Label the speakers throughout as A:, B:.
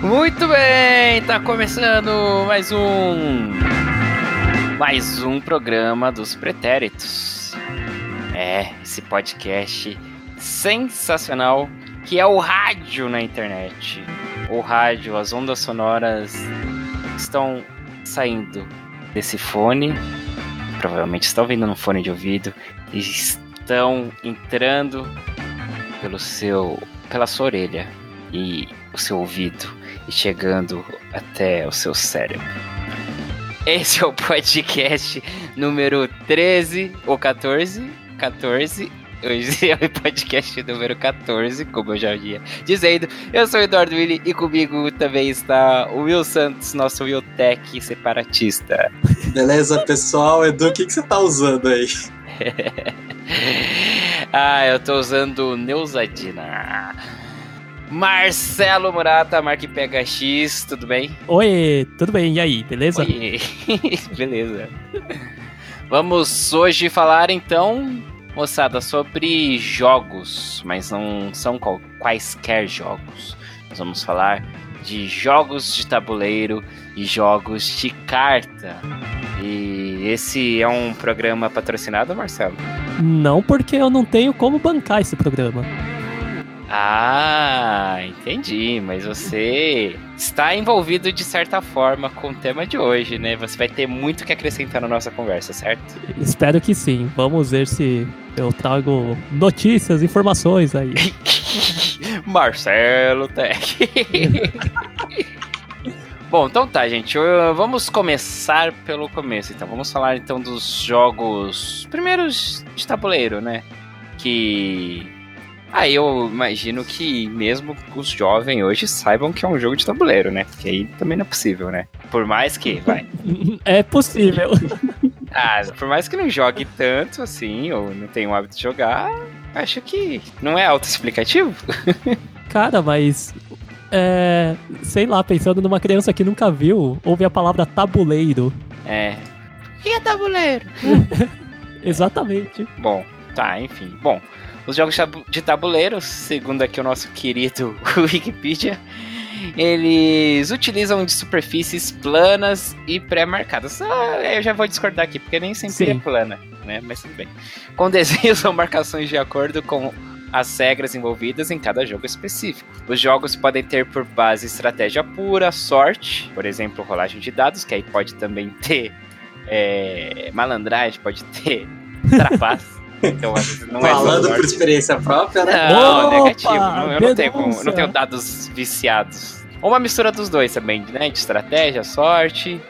A: Muito bem, tá começando mais um. Mais um programa dos Pretéritos. É, esse podcast sensacional que é o rádio na internet. O rádio, as ondas sonoras estão saindo desse fone. Provavelmente estão vindo no fone de ouvido e estão entrando pelo seu, pela sua orelha e o seu ouvido e chegando até o seu cérebro. Esse é o podcast número 13 ou 14, 14. Hoje é o podcast número 14, como eu já ia dizendo. Eu sou o Eduardo Willi e comigo também está o Will Santos, nosso Will Tech separatista.
B: Beleza, pessoal? Edu, o que, que você tá usando aí?
A: Ah, eu tô usando Neusadina. Marcelo Murata, Mark Pega X, tudo bem?
C: Oi, tudo bem? E aí, beleza?
A: Oi. Beleza. Vamos hoje falar então, moçada, sobre jogos, mas não são qual- quaisquer jogos. Nós vamos falar de jogos de tabuleiro e jogos de carta. E esse é um programa patrocinado, Marcelo?
C: Não porque eu não tenho como bancar esse programa.
A: Ah, entendi. Mas você está envolvido de certa forma com o tema de hoje, né? Você vai ter muito que acrescentar na nossa conversa, certo?
C: Espero que sim. Vamos ver se eu trago notícias, informações aí.
A: Marcelo Tech. Bom, então tá, gente. Eu- Vamos começar pelo começo, então. Vamos falar então dos jogos primeiros de tabuleiro, né? Que aí eu imagino que mesmo os jovens hoje saibam que é um jogo de tabuleiro, né? Porque aí também não é possível, né? Por mais que, vai.
C: É possível.
A: Ah, por mais que não jogue tanto assim, ou não tenha o hábito de jogar, acho que não é autoexplicativo.
C: Cara, mas. É, sei lá, pensando numa criança que nunca viu, ouve a palavra tabuleiro.
A: É. E é tabuleiro?
C: Exatamente.
A: Bom, tá, enfim. Bom, os jogos tabu- de tabuleiro, segundo aqui o nosso querido Wikipedia, eles utilizam de superfícies planas e pré-marcadas. Ah, eu já vou discordar aqui, porque nem sempre
C: Sim.
A: é plana, né? Mas tudo bem. Com desenhos ou marcações de acordo com as regras envolvidas em cada jogo específico. Os jogos podem ter por base estratégia pura, sorte, por exemplo, rolagem de dados, que aí pode também ter é, malandragem, pode ter trapaça. Então, às vezes, não é só
B: Falando por
A: sorte.
B: experiência própria, né?
A: Não,
C: Opa,
A: negativo. Não, eu não tenho, como-
C: denúncia.
A: não tenho dados viciados. Ou uma mistura dos dois também, né? De estratégia, sorte.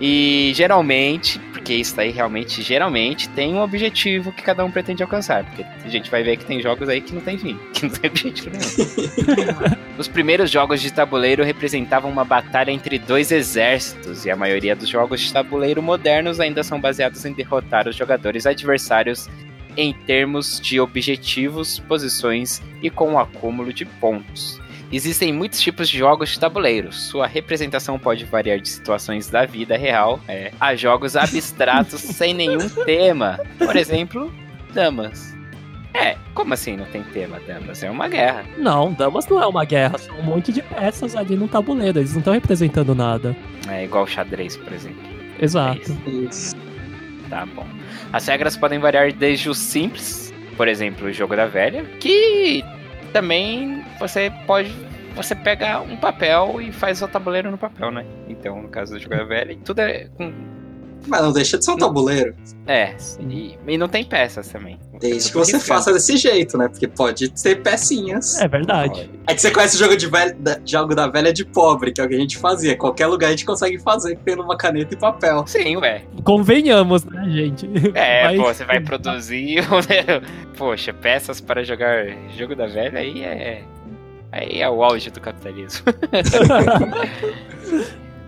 A: E geralmente, porque isso aí realmente, geralmente, tem um objetivo que cada um pretende alcançar. Porque a gente vai ver que tem jogos aí que não tem fim, que não tem objetivo nenhum. Os primeiros jogos de tabuleiro representavam uma batalha entre dois exércitos, e a maioria dos jogos de tabuleiro modernos ainda são baseados em derrotar os jogadores adversários em termos de objetivos, posições e com o acúmulo de pontos. Existem muitos tipos de jogos de tabuleiro. Sua representação pode variar de situações da vida real é, a jogos abstratos sem nenhum tema. Por exemplo, damas. É, como assim não tem tema, damas? É uma guerra.
C: Não, damas não é uma guerra, são um monte de peças ali num tabuleiro, eles não estão representando nada.
A: É igual xadrez, por exemplo. É
C: Exato.
A: isso.
B: Isso.
A: Tá bom. As regras podem variar desde o simples, por exemplo, o jogo da velha, que também você pode. Você pega um papel e faz o tabuleiro no papel, né? Então, no caso do jogo da velha, tudo é com.
B: Mas não deixa de ser um
A: Não.
B: tabuleiro.
A: É, e, e não tem peças também.
B: Desde que
A: Eu tô
B: você
A: riscando.
B: faça desse jeito, né? Porque pode ter pecinhas.
C: É verdade.
B: É que você conhece o jogo, de velha, da- jogo da velha de pobre, que é o que a gente fazia. Qualquer lugar a gente consegue fazer tendo uma caneta e papel.
A: Sim, ué.
C: Convenhamos, né, gente?
A: É,
C: Mas-
A: pô, você vai produzir. né? Poxa, peças para jogar jogo da velha aí é. Aí é o auge do capitalismo.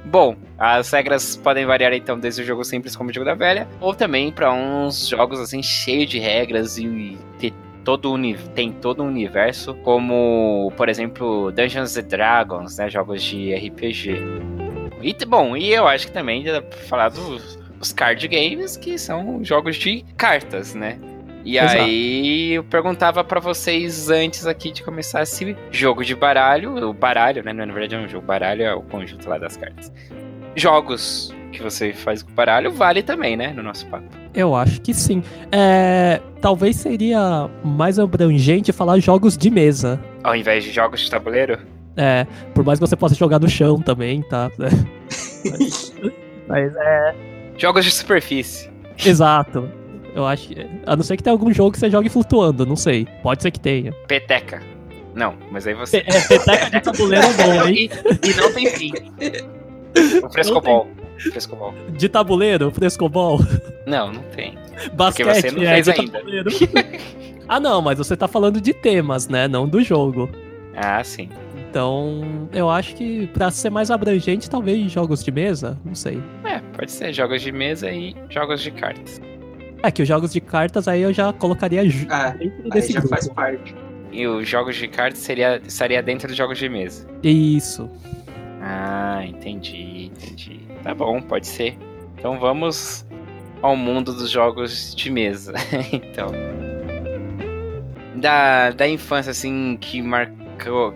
A: Bom, as regras podem variar então desde o jogo simples como o jogo da velha, ou também para uns jogos assim cheios de regras e ter todo o uni- tem todo um universo, como por exemplo Dungeons and Dragons, né, jogos de RPG. E t- bom, e eu acho que também dá pra falar dos os card games que são jogos de cartas, né? E
C: Exato.
A: aí eu perguntava pra vocês antes aqui de começar esse jogo de baralho, o baralho, né? Na verdade é um jogo, baralho é o conjunto lá das cartas. Jogos que você faz com baralho vale também, né? No nosso papo.
C: Eu acho que sim. É, talvez seria mais abrangente falar jogos de mesa.
A: Ao invés de jogos de tabuleiro?
C: É, por mais que você possa jogar no chão também, tá? Mas é.
A: Jogos de superfície.
C: Exato. Eu acho que. A não ser que tenha algum jogo que você jogue flutuando, não sei. Pode ser que tenha.
A: Peteca. Não, mas aí você.
C: Pe- É, peteca de tabuleiro é bom, hein?
A: e, e não tem fim. O frescobol. Frescobol.
C: De tabuleiro, frescobol,
A: Não, não tem.
C: basquete,
A: você não
C: é,
A: fez
C: de
A: ainda.
C: tabuleiro. ah, não, mas você tá falando de temas, né? Não do jogo.
A: Ah, sim.
C: Então, eu acho que pra ser mais abrangente, talvez jogos de mesa, não sei.
A: É, pode ser jogos de mesa e jogos de cartas.
C: É que os jogos de cartas aí eu já colocaria ju-
B: Ah,
C: dentro
B: aí
C: desse
B: já
C: grupo.
B: faz parte.
A: E os jogos de cartas seria, estaria dentro dos jogos de mesa.
C: Isso.
A: Ah, entendi, entendi. Tá bom, pode ser. Então vamos ao mundo dos jogos de mesa. então. Da, da infância, assim, que marcou.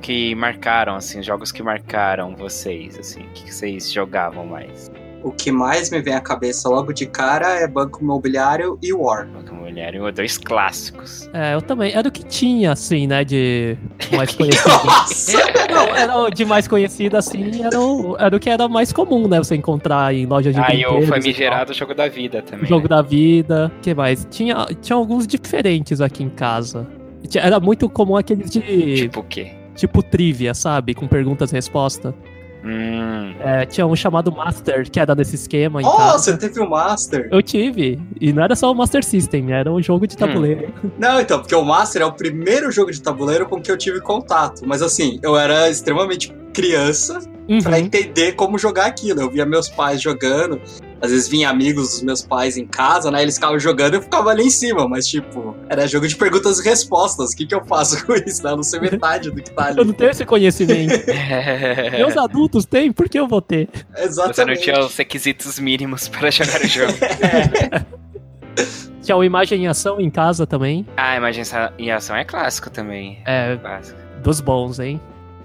A: Que marcaram, assim, os jogos que marcaram vocês, assim, o que que vocês jogavam mais?
B: O que mais me vem à cabeça logo de cara é Banco Imobiliário e War.
A: Pokémon Mulher e dois clássicos.
C: É, eu também. Era o que tinha, assim, né? De mais conhecido.
B: Nossa!
C: Não, era o de mais conhecido, assim, era o, era o que era mais comum, né? Você encontrar em loja de
A: Ah, e o
C: brinquedos. e
A: famigerado jogo da vida
C: tal.
A: também.
C: assim, Jogo
A: né?
C: da vida. que mais? Tinha, tinha alguns diferentes aqui em casa. Tinha- Era muito comum aqueles de
A: Tipo o quê?
C: tipo trivia, sabe? Com perguntas e respostas.
A: Hum.
C: É, tinha um chamado Master, que era nesse esquema em
B: Oh,
C: casa.
B: você teve o Master?
C: Eu tive. E não era só o Master System, era um jogo de tabuleiro.
B: Não, então, porque o Master é o primeiro jogo de tabuleiro com que eu tive contato. Mas assim, eu era extremamente criança
C: Uhum.
B: pra entender como jogar aquilo. Eu via meus pais jogando, às vezes vinha amigos dos meus pais em casa, né? Eles ficavam jogando e eu ficava ali em cima. Mas, tipo, era jogo de perguntas e respostas. O que, que eu faço com isso? né? Eu não sei metade do que tá
C: Eu
B: ali.
C: não tenho esse conhecimento.
A: É.
C: Meus adultos têm, por que eu vou ter?
B: Exatamente.
A: Você não tinha os requisitos mínimos para jogar o jogo.
C: Tinha o Imagem em Ação em casa também.
A: ah, Imagem em Ação é clássico também.
C: É,
A: Clássico.
C: dos bons, hein?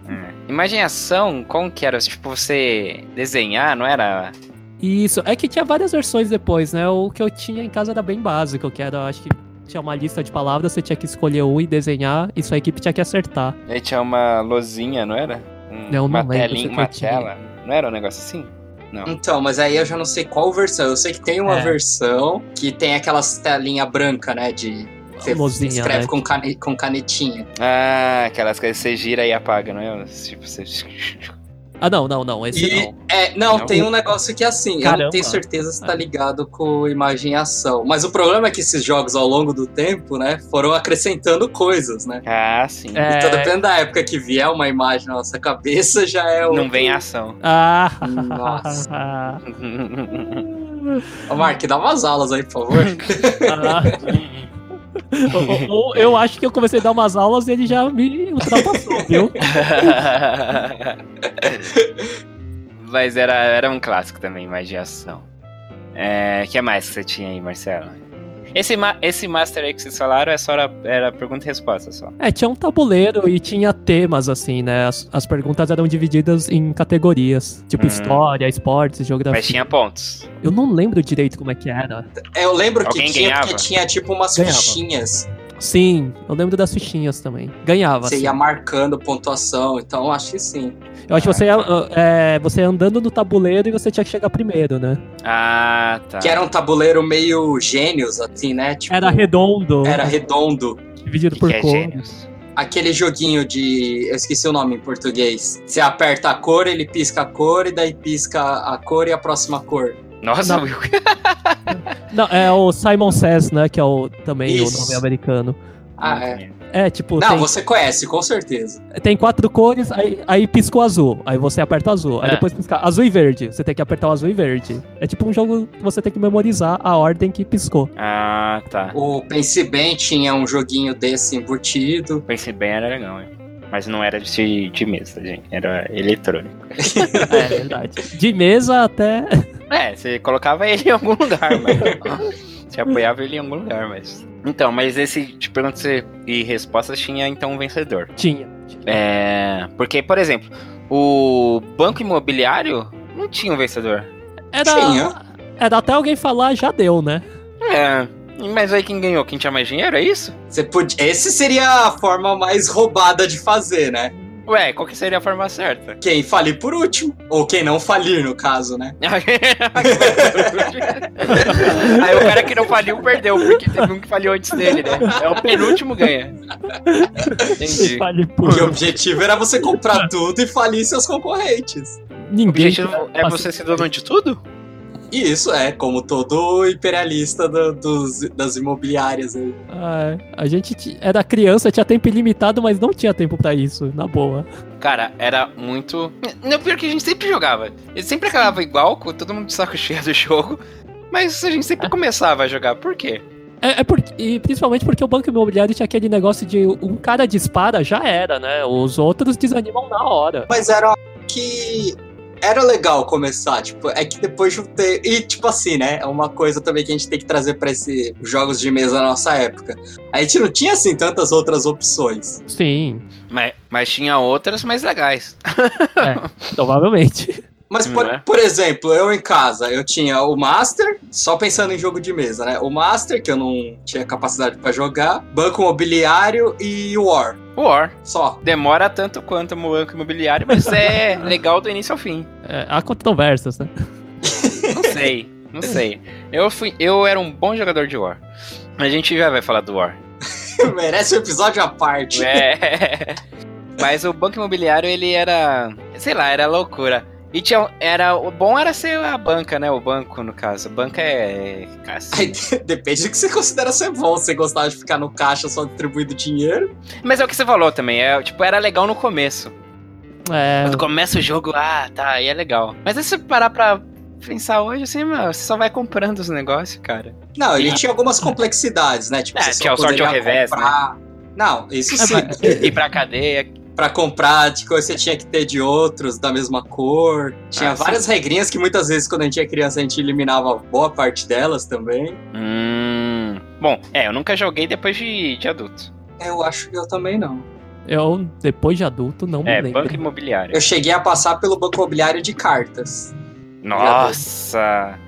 A: É. Imagem em Ação, como que era? Tipo, você desenhar, não era?
C: Isso, é que tinha várias versões depois, né? O que eu tinha em casa era bem básico, que era, acho que tinha uma lista de palavras, você tinha que escolher um e desenhar, e sua equipe tinha que acertar.
A: Aí tinha uma lozinha, não era? Um-
C: Não, não
A: uma
C: lembro
A: telinha,
C: se eu
A: uma
C: tinha.
A: tela. Não era um negócio assim? Não.
B: Então, mas aí eu já não sei qual versão. Eu sei que tem uma
C: É.
B: versão que tem aquelas telinha branca, né? De. Você
C: Luzinha,
B: escreve
C: né?
B: com, cane- com canetinha.
A: Ah, aquelas coisas que você gira e apaga, não é? Tipo, você.
C: Ah, não, não, não, esse
B: E-
C: não.
B: É, não,
A: Não.
B: tem um negócio que é assim. Eu
C: Caramba.
B: não tenho certeza se tá ligado com imagem e ação. Mas o problema é que esses jogos, ao longo do tempo, né? Foram acrescentando coisas, né?
A: Ah, sim.
C: É.
B: Então, dependendo da época que vier uma imagem na nossa cabeça, já é o.
A: Não vem ação.
C: Ah,
B: Nossa.
C: ah,
B: Hum. Ô, Mark, dá umas aulas aí, por favor.
C: Ou- Ah. ou- eu acho que eu comecei a dar umas aulas e ele já me ultrapassou, viu?
A: Mas era, era um clássico também, mais de ação. É, que mais que você tinha aí, Marcelo? Esse, ma- esse Master aí que vocês falaram é só era, era pergunta e resposta só.
C: É, tinha um tabuleiro e tinha temas, assim, né? As, as perguntas eram divididas em categorias, tipo
A: Hum.
C: história, esportes, geografia.
A: Mas tinha pontos.
C: Eu não lembro direito como é que era.
B: É, Eu lembro
A: Alguém
B: que tinha,
A: ganhava?
B: porque tinha tipo umas
C: Ganhava.
B: fichinhas.
C: Sim, eu lembro das fichinhas também. Ganhava.
B: Você
C: assim.
B: ia marcando pontuação, então acho que sim.
C: Eu acho que você ia, uh, é, você ia andando no tabuleiro e você tinha que chegar primeiro, né?
A: Ah, tá.
C: é
B: Que era um tabuleiro meio gênios, assim, né? Tipo,
C: Era redondo,
B: era redondo.
C: dividido
A: Que
C: por
A: que é
C: cor.
A: gênios?
B: Aquele joguinho de. Eu esqueci o nome em português. Você aperta a cor, ele pisca a cor, e daí pisca a cor e a próxima cor.
A: Nossa,
C: Não.
A: Will.
C: Não, é o Simon Says, né? Que é o, também
B: Isso.
C: o nome americano.
B: Ah, é.
C: É, tipo,
B: Não,
C: tem,
B: você conhece, com certeza.
C: tem quatro cores, aí, aí pisca o azul. Aí você aperta o azul. Aí
A: É.
C: depois pisca azul e verde. Você tem que apertar o azul e verde. É tipo um jogo que você tem que memorizar a ordem que piscou.
A: Ah, tá.
B: O Pense Bem tinha um joguinho desse embutido.
A: Pensei bem, era legal, hein? Mas não era de, de mesa, gente. Era eletrônico.
C: É, verdade. De mesa até.
A: É, você colocava ele em algum lugar, mas. Te apoiava ele em algum lugar, mas. Então, mas esse de perguntas e respostas tinha então um vencedor.
C: Tinha.
A: É. Porque, por exemplo, o banco imobiliário não tinha um vencedor.
C: Era,
B: Tinha.
C: era é até alguém falar, já deu, né?
A: É. Mas aí quem ganhou? Quem tinha mais dinheiro? É isso?
B: Você podia... Esse seria a forma mais roubada de fazer, né?
A: Ué, qual que seria a forma certa?
B: Quem falir por último. Ou quem não falir, no caso, né?
A: aí o cara que não faliu perdeu, porque teve um que falhou antes dele, né? É o penúltimo ganha. Entendi.
C: Fale, pô.
B: Porque o objetivo era você comprar tudo e falir seus concorrentes.
A: O
C: Ninguém.
A: objetivo é você ser dono de tudo?
B: E isso é, como todo imperialista do- dos, das imobiliárias né? aí.
C: Ah, a gente ti- era criança, tinha tempo ilimitado, mas não tinha tempo pra isso, na boa.
A: Cara, era muito. Não, pior que a gente sempre jogava. Ele sempre acabava igual, com todo mundo de saco cheio do jogo. Mas a gente sempre começava a jogar. Por quê?
C: É, é porque, e principalmente porque o banco imobiliário tinha aquele negócio de um cara dispara, já era, né? Os outros desanimam na hora.
B: Mas era uma que era legal começar, tipo, é que depois de um ter e tipo assim, né? É uma coisa também que a gente tem que trazer pra esses jogos de mesa da nossa época. A gente não tinha assim tantas outras opções.
C: Sim,
A: Mas, mas tinha outras mais legais.
C: provavelmente.
B: Mas por,
A: Não é?
B: por exemplo, eu em casa, eu tinha o Master, só pensando em jogo de mesa, né? O Master que eu não tinha capacidade pra jogar, Banco Imobiliário e War,
A: War.
B: só.
A: Demora tanto quanto o banco imobiliário, mas é legal do início ao fim.
C: É, há controvérsias, né?
A: Não sei, não sei. Eu, fui, eu era um bom jogador de War. A gente já vai falar do War.
B: Merece um episódio à parte.
A: É. Mas o banco imobiliário, ele era. Sei lá, era loucura. E tinha. Era, o bom era ser a banca, né? O banco, no caso. Banca é. cacete.
B: Aí, Depende do que você considera ser bom. Você gostava de ficar no caixa só distribuindo dinheiro?
A: Mas é o que você falou também. É, tipo, era legal no começo.
C: É,
A: Quando começa o jogo, ah, tá, aí é legal. Mas aí se você parar pra pensar hoje, assim, mano, você só vai comprando os negócios, cara.
B: Não, ele tinha algumas complexidades, né? Tipo,
A: É,
B: você só
A: tinha o sorte ao
B: poderia
A: revés, né?
B: comprar... Não, isso sim.
A: Ir pra cadeia.
B: Pra comprar, tipo, você tinha que ter de outros da mesma cor. Tinha
A: Ah, sim.
B: várias regrinhas que muitas vezes, quando a gente é criança, a gente eliminava boa parte delas também.
A: Hum. Bom, é, eu nunca joguei depois de, de adulto.
B: Eu acho que eu também não.
C: eu, depois de adulto, não
A: É,
C: me lembro.
A: banco imobiliário.
B: Eu cheguei a passar pelo banco imobiliário de cartas.
A: Nossa!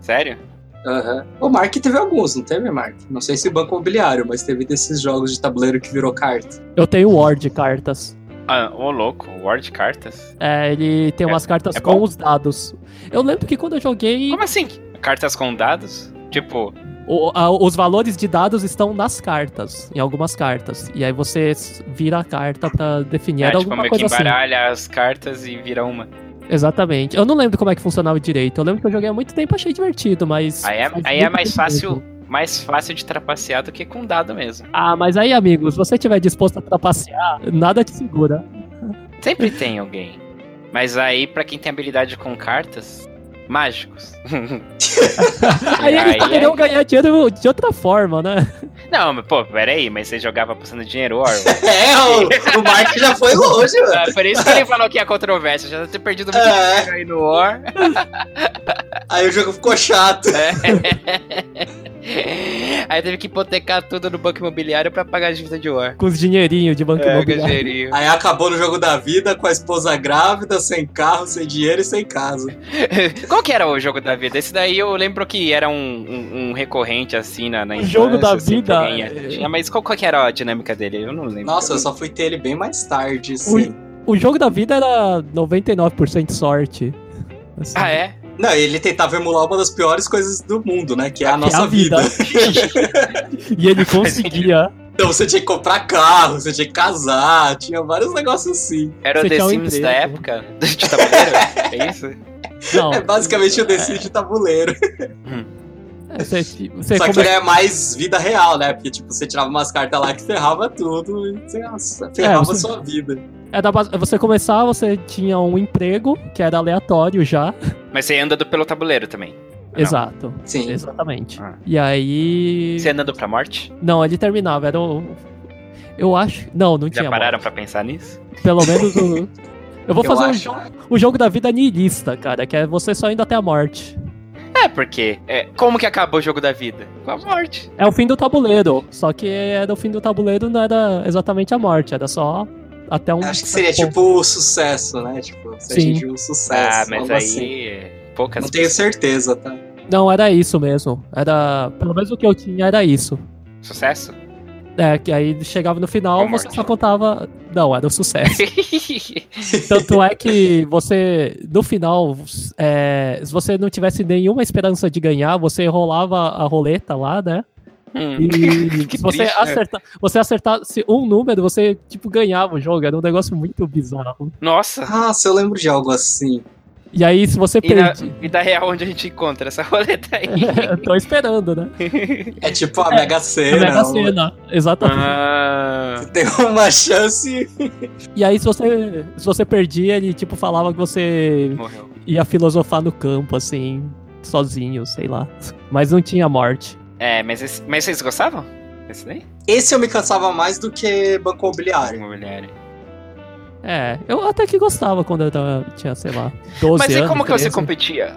A: Sério?
B: Aham. O Mark teve alguns, não teve, Mark? Não sei se banco imobiliário, mas teve desses jogos de tabuleiro que virou carta.
C: Eu tenho Word de cartas.
A: Ah, ô louco, Word Cartas?
C: É, ele tem
A: É-
C: umas cartas
A: é
C: com
A: bom?
C: os dados. Eu lembro que quando eu joguei,
A: Como assim? Cartas com dados? Tipo,
C: o- a- os valores de dados estão nas cartas, em algumas cartas. E aí você s- vira a carta pra definir
A: é,
C: era
A: tipo
C: alguma
A: meio que
C: coisa assim.
A: embaralha as cartas e vira uma.
C: Exatamente. Eu não lembro como é que funcionava direito. Eu lembro que eu joguei há muito tempo, achei divertido, mas.
A: Aí é-
C: faz
A: aí é
C: muito
A: mais
C: tempo
A: fácil-
C: mesmo.
A: Mais fácil de trapacear do que com dado mesmo.
C: Ah, mas aí, amigos, se você estiver disposto a trapacear, nada te segura.
A: Sempre tem alguém. Mas aí, pra quem tem habilidade com cartas, mágicos.
C: Aí eles
A: Aí é
C: poderiam ganhar dinheiro de outra forma, né?
A: Não, mas pô, peraí, mas você jogava passando dinheiro, Orwell.
B: É, o, o Mark já foi longe, mano.
A: Ah, por isso que ele falou que é controvérsia. Já deve ter perdido muito
B: É.
A: dinheiro aí no War. É.
B: Aí o jogo ficou chato.
A: aí teve que hipotecar tudo no banco imobiliário pra pagar a dívida de War.
C: Com os dinheirinhos de banco
A: É,
C: imobiliário.
A: gajeirinho.
B: Aí acabou no jogo da vida com a esposa grávida, sem carro, sem dinheiro e sem casa.
A: Qual que era o jogo da vida? Esse daí eu lembro que era um, um- um recorrente assim na, na
C: O jogo
A: infância,
C: da
A: assim,
C: vida,
A: que alguém
C: é.
A: tinha, mas qual, qual que era a dinâmica dele? Eu não lembro.
B: Nossa, eu só fui ter ele bem mais tarde, assim.
C: Ui.
B: sim.
C: O jogo da vida era 99% sorte. Assim,
A: Ah, é?
B: Não, ele tentava emular uma das piores coisas do mundo, né? Que é a
C: que é
B: nossa vida.
C: e ele conseguia.
B: Então você tinha que comprar carro, você tinha que casar, tinha vários negócios assim.
A: Era o
C: Você
A: The
C: tinha um
A: Sims da
C: emprego.
A: época? De tabuleiro? é isso?
C: Não,
B: É basicamente o decide de tabuleiro.
C: é, você, você
B: Só que
C: come-
B: ele é mais vida real, né? Porque, tipo, você tirava umas cartas lá que ferrava tudo e você, nossa, ferrava
C: É, você-
B: a sua vida.
C: era bas- você começava, você tinha um emprego que era aleatório já.
A: Mas você anda do- pelo tabuleiro também. Não.
C: Exato,
B: Sim.
C: exatamente.
A: Ah.
C: E aí.
A: Você andando pra morte?
C: Não, ele terminava, era o. Eu acho. Não, não
A: Já
C: tinha.
A: pararam
C: mais.
A: pra pensar nisso?
C: Pelo menos o. Eu
B: Eu
C: vou fazer um o
B: acho.
C: jogo, o jogo da vida niilista, cara, que é você só indo até a morte.
A: É, É, porque. é, como que acabou o jogo da vida? Com a morte.
C: É o fim do tabuleiro. Só que era o fim do tabuleiro, não era exatamente a morte, era só até um.
B: Acho que seria tipo o sucesso, né? Tipo, você
C: Sim.
B: atingiu o sucesso.
A: ah, mas
B: algo
A: aí.
B: assim.
A: é, Poucas
B: Não tenho certeza, tá?
C: Não, era isso mesmo. Era. Pelo menos o que eu tinha era isso.
A: Sucesso?
C: É, que aí chegava no final,
A: A
C: você
A: morte.
C: só contava. Não, era o sucesso. Tanto é que você, no final, é, se você não tivesse nenhuma esperança de ganhar, você rolava a roleta lá, né?
A: Hum.
C: E
A: Que
C: se você,
A: triste, né?
C: acerta, você acertasse um número, você, tipo, ganhava o jogo. Era um negócio muito bizarro.
A: Nossa.
B: Ah, se eu lembro de algo assim.
C: E aí, se você
A: E na,
C: perde...
A: e da real onde a gente encontra essa roleta aí?
C: Tô esperando, né?
B: É tipo a
C: É,
B: Mega
C: A
B: Sena. um-
C: Mega Sena, exatamente.
A: ah,
B: Tem uma chance.
C: E aí, se você, se você perdia, ele, tipo, falava que você
A: morreu.
C: ia filosofar no campo, assim, sozinho, sei lá. Mas não tinha morte.
A: É, mas, esse- mas vocês gostavam? Esse daí?
B: Esse eu me cansava mais do que Banco Imobiliário.
A: Imobiliário.
C: É, eu até que gostava quando eu tava- tinha, sei lá, 12
A: Mas
C: anos.
A: e como que você
C: 13.
A: competia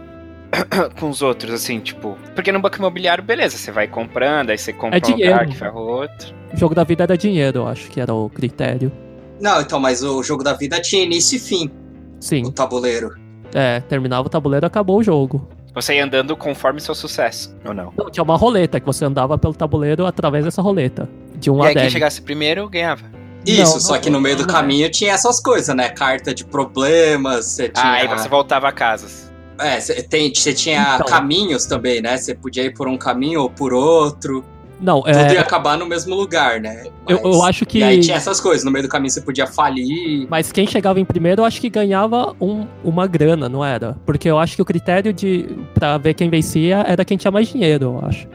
A: com os outros, assim, tipo? Porque no banco imobiliário, beleza, você vai comprando, aí você compra
C: É
A: um lugar
C: dinheiro.
A: que ferra outro.
C: O jogo da vida era dinheiro, eu acho que era o critério.
B: Não, então, mas o jogo da vida tinha início e fim,
C: Sim,
B: o tabuleiro.
C: é, terminava o tabuleiro, acabou o jogo.
A: Você ia andando conforme seu sucesso, ou não?
C: Não, tinha uma roleta que você andava pelo tabuleiro através dessa roleta. De 1
A: e
C: a
A: aí quem
C: 10.
A: chegasse primeiro ganhava.
B: Isso,
C: Não,
B: só
C: não-
B: que no meio do
C: não é.
B: caminho tinha essas coisas, né? Carta de problemas, você tinha.
A: Ah, aí você voltava a casas.
B: É, você tem- você tinha
C: Então.
B: caminhos também, né? Você podia ir por um caminho ou por outro.
C: Não,
B: Tudo ia
C: é,
B: acabar no mesmo lugar, né?
C: eu,
B: Mas-
C: eu acho que.
B: E aí tinha essas coisas. No meio do caminho você podia falir.
C: Mas quem chegava em primeiro, eu acho que ganhava um- uma grana, não era? Porque eu acho que o critério de pra ver quem vencia era quem tinha mais dinheiro, eu acho.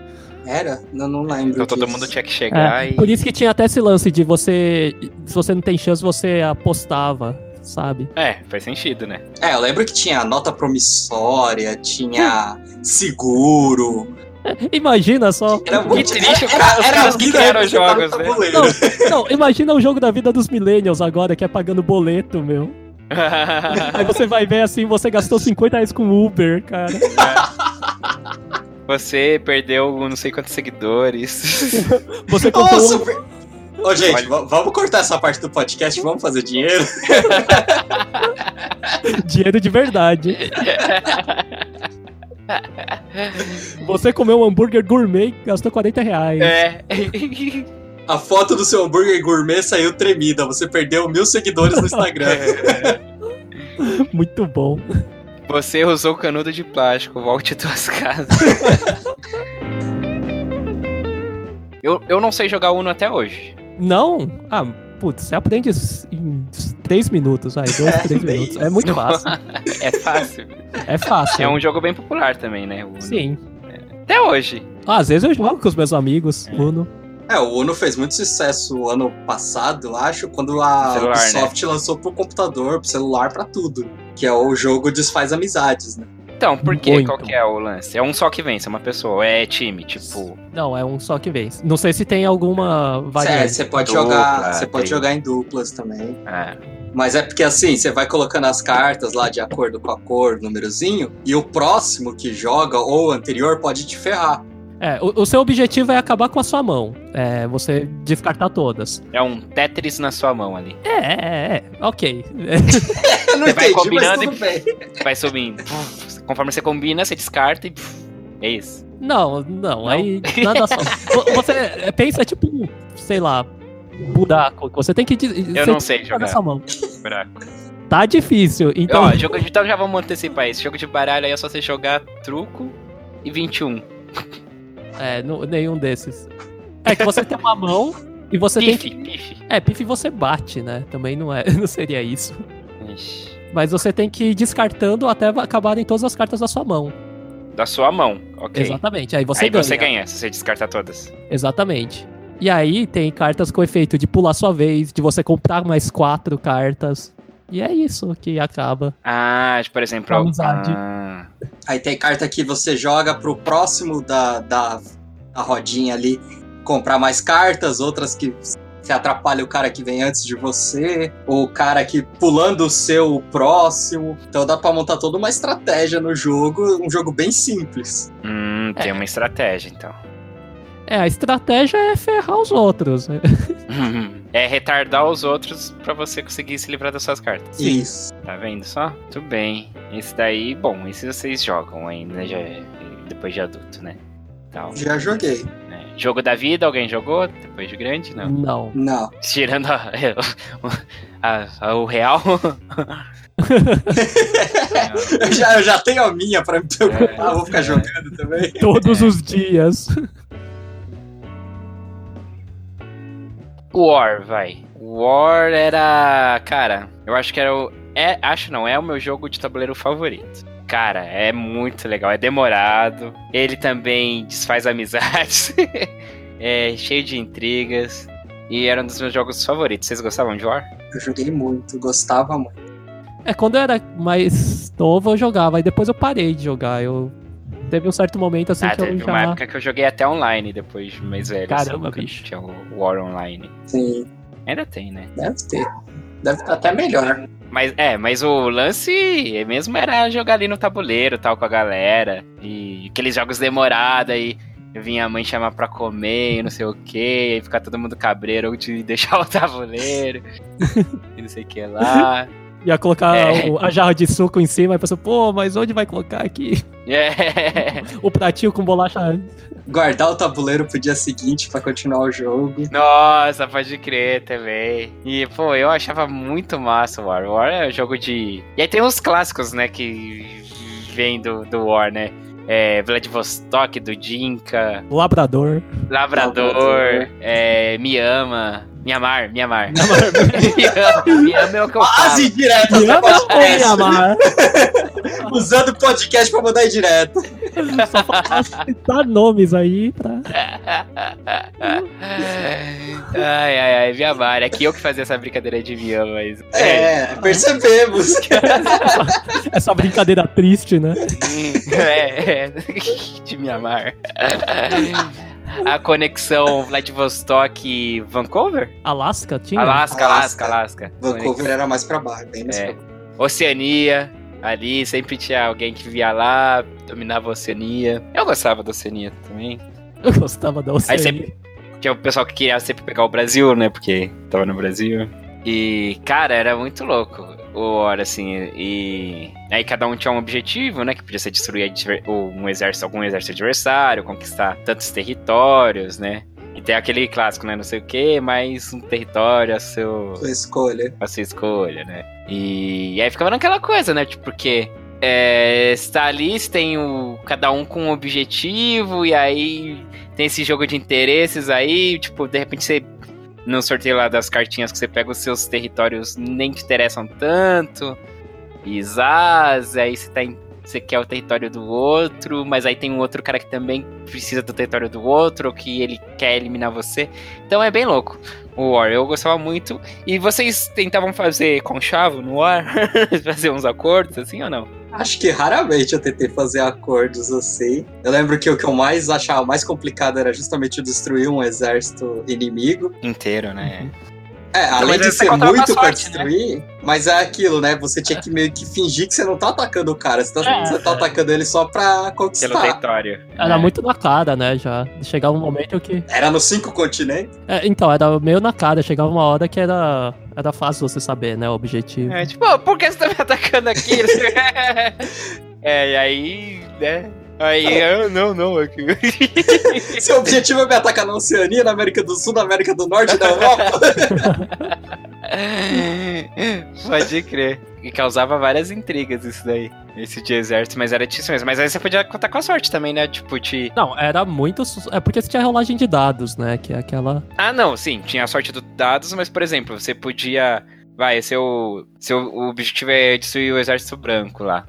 B: Era? Não, não lembro.
A: Então todo
B: disso.
A: mundo tinha que chegar
C: É,
A: e.
C: Por isso que tinha até esse lance de você. Se você não tem chance, você apostava, sabe?
A: É, faz sentido, né?
B: É, eu lembro que tinha nota promissória, tinha seguro.
C: Imagina só.
B: Era
A: Que
B: muito
A: triste o cara- os caras que criaram os jogos, né?
C: Não, não, imagina o jogo da vida dos Millennials agora, que é pagando boleto, meu. Aí você vai ver assim, você gastou 50 reais com Uber, cara.
A: você perdeu não sei quantos seguidores.
C: Você comprou.
B: Nossa, per- Ô, gente,
A: Olha.
B: va- vamos cortar essa parte do podcast, vamos fazer dinheiro.
C: um Dinheiro de verdade. Você comeu um hambúrguer gourmet e gastou 40 reais.
A: é.
B: A foto do seu hambúrguer gourmet saiu tremida. Você perdeu mil seguidores no Instagram.
C: É. Muito bom.
A: Você usou canudo de plástico, volte duas casas. eu, eu não sei jogar Uno até hoje.
C: Não? Ah, putz, você aprende em 3 minutos, vai. 2, 3
B: bem
C: minutos. É muito fácil.
A: É fácil.
C: É fácil.
A: é um jogo bem popular também, né? o Uno.
C: Sim.
A: Até hoje.
C: Ah, às vezes eu jogo com os meus amigos, Uno.
B: É, o Uno fez muito sucesso o ano passado, eu acho, quando a
A: Celular, né?
B: Ubisoft lançou pro computador, pro celular, pra tudo. Que é o jogo Desfaz Amizades, né?
A: Então, por quê?
C: Muito.
A: Qual que é o lance? É um só que vence, é uma pessoa. ou É time, tipo.
C: Não, é um só que vence. Não sei se tem alguma
B: É,
C: variante.
B: você pode
A: Dupla,
B: jogar, você
A: tem.
B: pode jogar em duplas também.
A: Ah,
B: Mas é porque assim, você vai colocando as cartas lá de acordo com a cor, númerozinho, e o próximo que joga ou o anterior pode te ferrar.
C: É, o, o seu objetivo é acabar com a sua mão. É, você descartar todas.
A: é um Tetris na sua mão ali.
C: É, é, é. Ok.
B: Eu não
A: Você vai
B: entendi, mas
A: combinando
B: tudo bem.
A: Vai subindo. Puf, Conforme você combina, você descarta e. puf, É isso.
C: Não, não, aí nada só. Vo- Você é, pensa tipo, um, sei lá, um buraco. que Você tem que.
A: Eu não sei jogar.
C: Nessa mão.
A: Buraco.
C: Tá difícil, então.
A: Ó, jogo de. Então já vamos antecipar isso. Jogo de baralho aí é só você jogar truco e 21.
C: É, nu- nenhum desses. É que você tem uma mão e você tem que.
A: Pife, pife.
C: É, pife você bate, né? Também não é, não seria isso.
A: Ixi.
C: Mas você tem que ir descartando até acabarem todas as cartas da sua mão.
A: Da sua mão, ok.
C: Exatamente. Aí você
A: aí
C: ganha.
A: você ganha, se você descartar todas.
C: Exatamente. E aí tem cartas com efeito de pular sua vez, de você comprar mais quatro cartas. E é isso que acaba.
A: Ah, tipo, por exemplo.
C: Amizade.
A: Ah,
B: Aí tem carta que você joga pro próximo da, da, da rodinha ali comprar mais cartas, outras que Você atrapalha o cara que vem antes de você, ou o cara que pulando o seu próximo. Então dá pra montar toda uma estratégia no jogo, um jogo bem simples.
A: Hum, tem uma estratégia, então.
C: É, a estratégia é ferrar os outros. né?
A: é retardar os outros pra você conseguir se livrar das suas cartas.
B: Isso.
A: Tá vendo só? Muito bem. Esse daí, bom, esse vocês jogam ainda né? já é, depois de adulto, né? Tal.
B: Já joguei.
A: É. Jogo da vida, alguém jogou? Depois de grande, não.
C: Não.
B: Não.
A: Tirando a- a- a- o real.
B: Eu já, eu já tenho a minha pra me preocupar, Ah, vou ficar
A: é.
B: jogando também.
C: Todos os dias.
A: War, vai. War era. Cara, eu acho que era o. É, acho não, é o meu jogo de tabuleiro favorito. Cara, é muito legal, é demorado. Ele também desfaz amizades. é cheio de intrigas. E era um dos meus jogos favoritos. Vocês gostavam de War?
B: Eu joguei muito, gostava muito.
C: É, quando eu era mais novo eu jogava, e depois eu parei de jogar. Eu teve um certo momento assim
A: ah,
C: que eu
A: teve uma
C: já.
A: época que eu joguei até online depois, de mais velho.
C: Caramba,
A: que
C: bicho.
A: Tinha o War Online.
B: Sim,
A: Ainda tem, né?
B: deve ter. Deve estar até melhor.
A: Mas é, mas o lance mesmo era jogar ali no tabuleiro, tal, com a galera. E aqueles jogos demorados aí. Vinha a mãe chamar pra comer e não sei o que, aí ficar todo mundo cabreiro ou de deixar o tabuleiro e não sei o que lá.
C: Ia colocar
A: É.
C: o- a jarra de suco em cima e pensou, pô, mas onde vai colocar aqui?
A: É.
C: O pratinho com bolacha.
B: Guardar o tabuleiro pro dia seguinte pra continuar o jogo.
A: Nossa, pode crer também. E, pô, eu achava muito massa o War. O War é um jogo de. E aí tem uns clássicos, né, que vem do, do War, né? É, Vladivostok, do Jinka.
C: Labrador.
A: Labrador,
B: Labrador.
A: é, me ama. Miamar, Miamar. me ama, me ama é o que eu
B: As
A: falo.
B: indiretas do
C: Miama ou
A: é
B: podcast.
C: Miamar?
B: Usando o podcast pra mandar indireta.
C: Só "Ah, falta citar nomes aí pra.
A: É, ai, ai, ai, Miamar. É que eu que fazia essa brincadeira de me ama, mas...
B: É, percebemos.
C: Essa É brincadeira triste, né?
A: é, é, de me amar. A conexão Vladivostok e Vancouver?
C: Alasca tinha?
A: Alasca, Alasca,
B: Alasca.
A: Alasca.
B: Vancouver era mais pra baixo, bem mais
A: É.
B: pra baixo.
A: Oceania, ali sempre tinha alguém que via lá, dominava a Oceania. Eu gostava da Oceania também.
C: Eu gostava da Oceania.
A: sempre- Tinha o pessoal que queria sempre pegar o Brasil, né? Porque tava no Brasil. E, cara, era muito louco o hora, assim. E aí cada um tinha um objetivo, né? Que podia ser destruir adver- o- um exército, algum exército adversário, conquistar tantos territórios, né? E tem aquele clássico, né? Não sei o que, mais um território a seu,
B: Sua escolha.
A: a sua escolha, né? E, e aí ficava naquela coisa, né? Tipo, porque é, está ali, você tem o, cada um com um objetivo, e aí tem esse jogo de interesses aí, tipo, de repente você. No sorteio lá das cartinhas que você pega, os seus territórios nem te interessam tanto. E zaz, aí você tá em- Você quer o território do outro, mas aí tem um outro cara que também precisa do território do outro, ou que ele quer eliminar você. Então é bem louco. O War, eu gostava muito. E vocês tentavam fazer conchavo no ar? fazer uns acordos, assim ou não?
B: Acho que raramente eu tentei fazer acordos assim. Eu lembro que o que eu mais achava mais complicado era justamente destruir um exército inimigo.
A: Inteiro,
C: Uhum.
A: né?
B: É, além de
A: você
B: ser
A: contava
B: muito
A: com a
B: pra
A: sorte,
B: destruir, mas é aquilo, né? Você tinha que meio que fingir que você não tá atacando o cara, você tá,
C: É.
B: você tá atacando ele só pra
A: Pelo
B: conquistar.
A: território.
C: Era
A: né?
C: muito na cara, né? Já. Chegava um momento que.
B: Era nos cinco continentes?
C: É, então, era meio na cara, chegava uma hora que era, era fácil você saber, né, o objetivo.
A: É, tipo, "Ô, por que você tá me atacando aqui? é, e aí, né? Aí, eu, não, não, é que-
B: Seu objetivo é me atacar na Oceania, na América do Sul, na América do Norte, na Europa?
A: Pode crer. E causava várias intrigas isso daí. Esse de exército, mas era disso mesmo. Mas aí você podia contar com a sorte também, né? Tipo, te.
C: Não, era muito. su- É porque você tinha rolagem de dados, né? Que é aquela.
A: Ah, não, sim, tinha a sorte dos dados, mas, por exemplo, você podia. Vai, seu, seu objetivo é destruir o exército branco lá.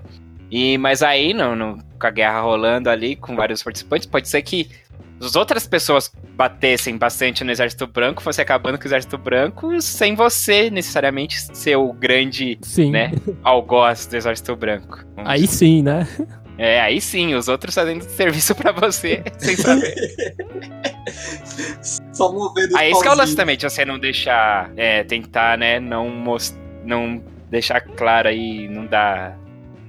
A: E, mas aí, não, não- com a guerra rolando ali, com vários participantes, pode ser que as outras pessoas batessem bastante no exército branco, fosse acabando com o exército branco, sem você necessariamente ser o grande
C: Sim.
A: Né? algoz do exército branco.
C: Aí sim, né?
A: É, aí sim, os outros fazendo serviço pra você, sem saber.
B: Só movendo
A: Aí esse que é o lance
B: pauzinho.
A: também, de você não deixar. É, tentar, né? Não mos- não deixar claro aí, não dar.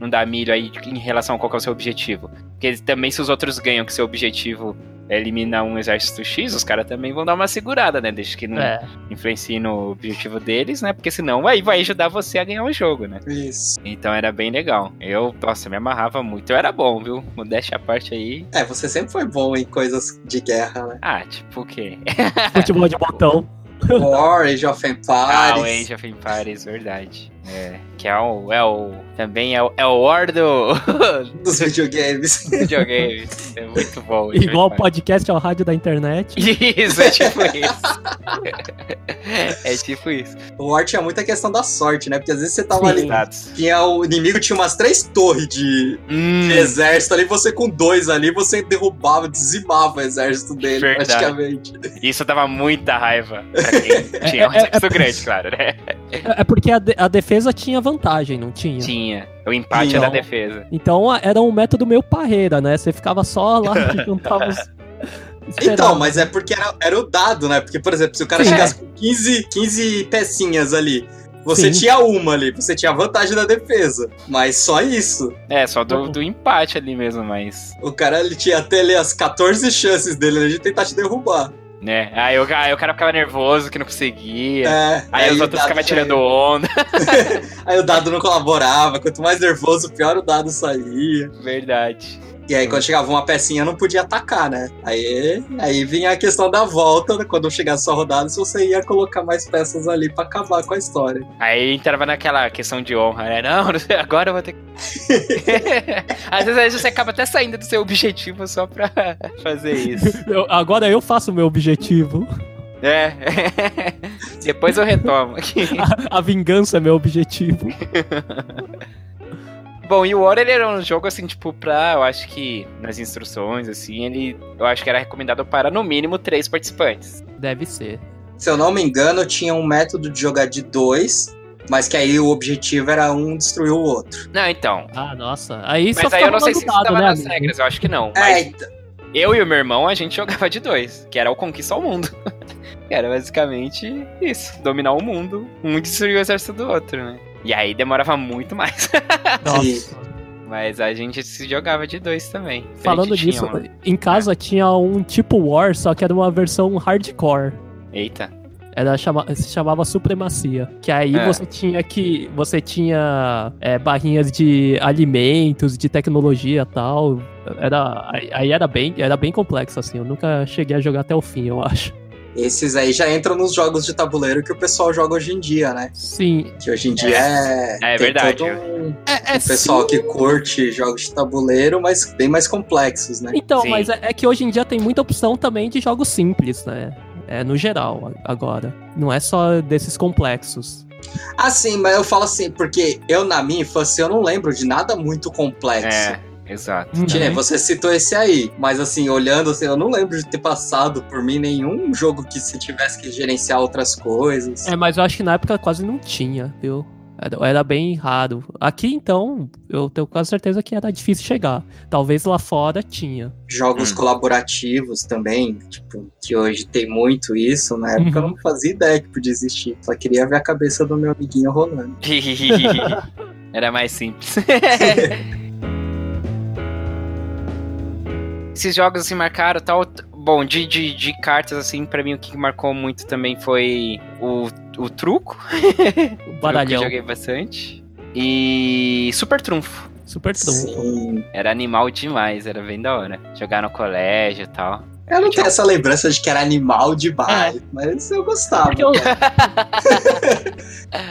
A: Não dar milho aí em relação a qual que é o seu objetivo. Porque também se os outros ganham que seu objetivo é eliminar um exército X, os caras também vão dar uma segurada, né? Deixa que não
C: É.
A: influencie no objetivo deles, né? Porque senão aí vai ajudar você a ganhar o jogo, né?
B: Isso.
A: Então era bem legal. Eu, nossa, me amarrava muito. Eu era bom, viu? Modéstia a parte aí.
B: É, você sempre foi bom em coisas de guerra, né?
A: Ah, tipo o quê?
C: Futebol de botão.
B: War, Age of
A: Ah, o
B: Empires.
A: Age of Empires, verdade. É, que é o, é o também é o, é o War do
B: dos videogames.
A: videogame. É muito bom. Age of
C: Igual
A: Empires.
C: podcast ao rádio da internet.
A: Isso, é tipo isso. é tipo isso.
B: O War tinha muita questão da sorte, né? Porque às vezes você tava
C: Sim.
B: ali.
A: Dados.
B: Tinha o inimigo, tinha umas três torres de,
A: Hum,
B: de exército ali, você com dois ali, você derrubava, dizimava o exército dele,
A: Verdade.
B: praticamente.
A: isso dava muita raiva pra quem tinha um
C: É, é, é,
A: sexo
C: é-
A: grande, claro, né?
C: É é porque a, de- a defesa tinha vantagem, não tinha?
A: Tinha. O empate é da
C: Então-
A: defesa.
C: Então a- era um método meio parreira, né? Você ficava só lá e juntava os.
B: Então,
C: esperava.
B: mas é porque era, era o dado, né? Porque, por exemplo, se o cara
C: Sim.
B: chegasse com 15, 15 pecinhas ali, você
C: Sim.
B: tinha uma ali, você tinha a vantagem da defesa. Mas só isso.
A: É, só do, do empate ali mesmo, mas.
B: O cara ele tinha até ali as 14 chances dele ali de tentar te derrubar.
A: Né? Aí o, aí o cara ficava nervoso que não conseguia.
B: É,
A: Aí os
B: o
A: outros
B: dado
A: ficavam
B: já
A: tirando onda.
B: era. Aí o dado não colaborava. Quanto mais nervoso, pior o dado saía.
A: Verdade.
B: E aí, quando chegava uma pecinha, não podia atacar, né? Aí, aí vinha a questão da volta, né? quando chegasse sua rodada, se você ia colocar mais peças ali pra acabar com a história.
A: Aí entrava naquela questão de honra, né? Não, não sei, agora eu vou ter que. Às vezes, às vezes você acaba até saindo do seu objetivo só pra fazer isso.
C: Eu- agora eu faço o meu objetivo.
A: É. Depois eu retomo.
C: A, a vingança é meu objetivo.
A: Bom, e o War ele era um jogo assim, tipo, pra. Eu acho que nas instruções, assim, ele. Eu acho que era recomendado para no mínimo três participantes.
C: Deve ser.
B: Se eu não me engano, tinha um método de jogar de dois, mas que aí o objetivo era um destruir o outro.
A: Não, então.
C: Ah, nossa. Aí só
A: Mas aí eu não
C: ficava
A: sei se isso
C: mandado,
A: tava
C: né,
A: nas
C: amigo?
A: regras, eu acho que não. Mas
B: É, então,
A: eu e o meu irmão, a gente jogava de dois, que era o Conquista ao Mundo. era basicamente isso, dominar o mundo, um destruir o exército do outro, né? E aí demorava muito mais.
B: Sim.
C: Nossa.
A: Mas a gente se jogava de dois também. A gente
C: Falando
A: tinha um.
C: disso,
A: uma-
C: em casa tinha um tipo War, só que era uma versão hardcore.
A: Eita.
C: Era chama- se chamava supremacia. Que aí
A: É.
C: você tinha que. Você tinha é, barrinhas de alimentos, de tecnologia e tal. Era, aí- aí era bem, era bem complexo, assim. Eu nunca cheguei a jogar até o fim, eu acho.
B: esses aí já entram nos jogos de tabuleiro que o pessoal joga hoje em dia, né?
C: Sim.
B: Que hoje em dia é.
A: É
B: tem
A: verdade.
B: todo um
C: É, é
B: pessoal
C: sim.
B: que curte jogos de tabuleiro, mas bem mais complexos, né?
C: Então,
A: Sim.
C: mas é, é que hoje em dia tem muita opção também de jogos simples, né? É no geral, a- agora. Não é só desses complexos.
B: Assim, mas eu falo assim, porque eu, na minha infância, eu não lembro de nada muito complexo.
A: É, exato.
B: Que nem
C: Uhum.
B: você citou esse aí, mas assim, olhando, assim, eu não lembro de ter passado por mim nenhum jogo que se tivesse que gerenciar outras coisas.
C: É, mas eu acho que na época quase não tinha, viu? Era, era bem raro. Aqui, então, eu tenho quase certeza que era difícil chegar. Talvez lá fora tinha.
B: Jogos
A: Hum.
B: colaborativos também, tipo, que hoje tem muito isso. Na época eu não
C: Uhum.
B: fazia ideia que podia existir, só queria ver a cabeça do meu amiguinho rolando.
A: Era mais simples. Esses jogos assim marcaram tal. Bom, de, de, de cartas, assim, pra mim o que marcou muito também foi o, o truco.
C: O
A: que eu
C: baralhão.
A: joguei bastante. E Super Trunfo.
C: Super trunfo.
B: Sim.
A: Era animal demais, era bem da hora. Jogar no colégio e tal.
B: Eu não tenho essa lembrança de que era animal demais,
A: É.
B: mas eu gostava.
C: Porque eu-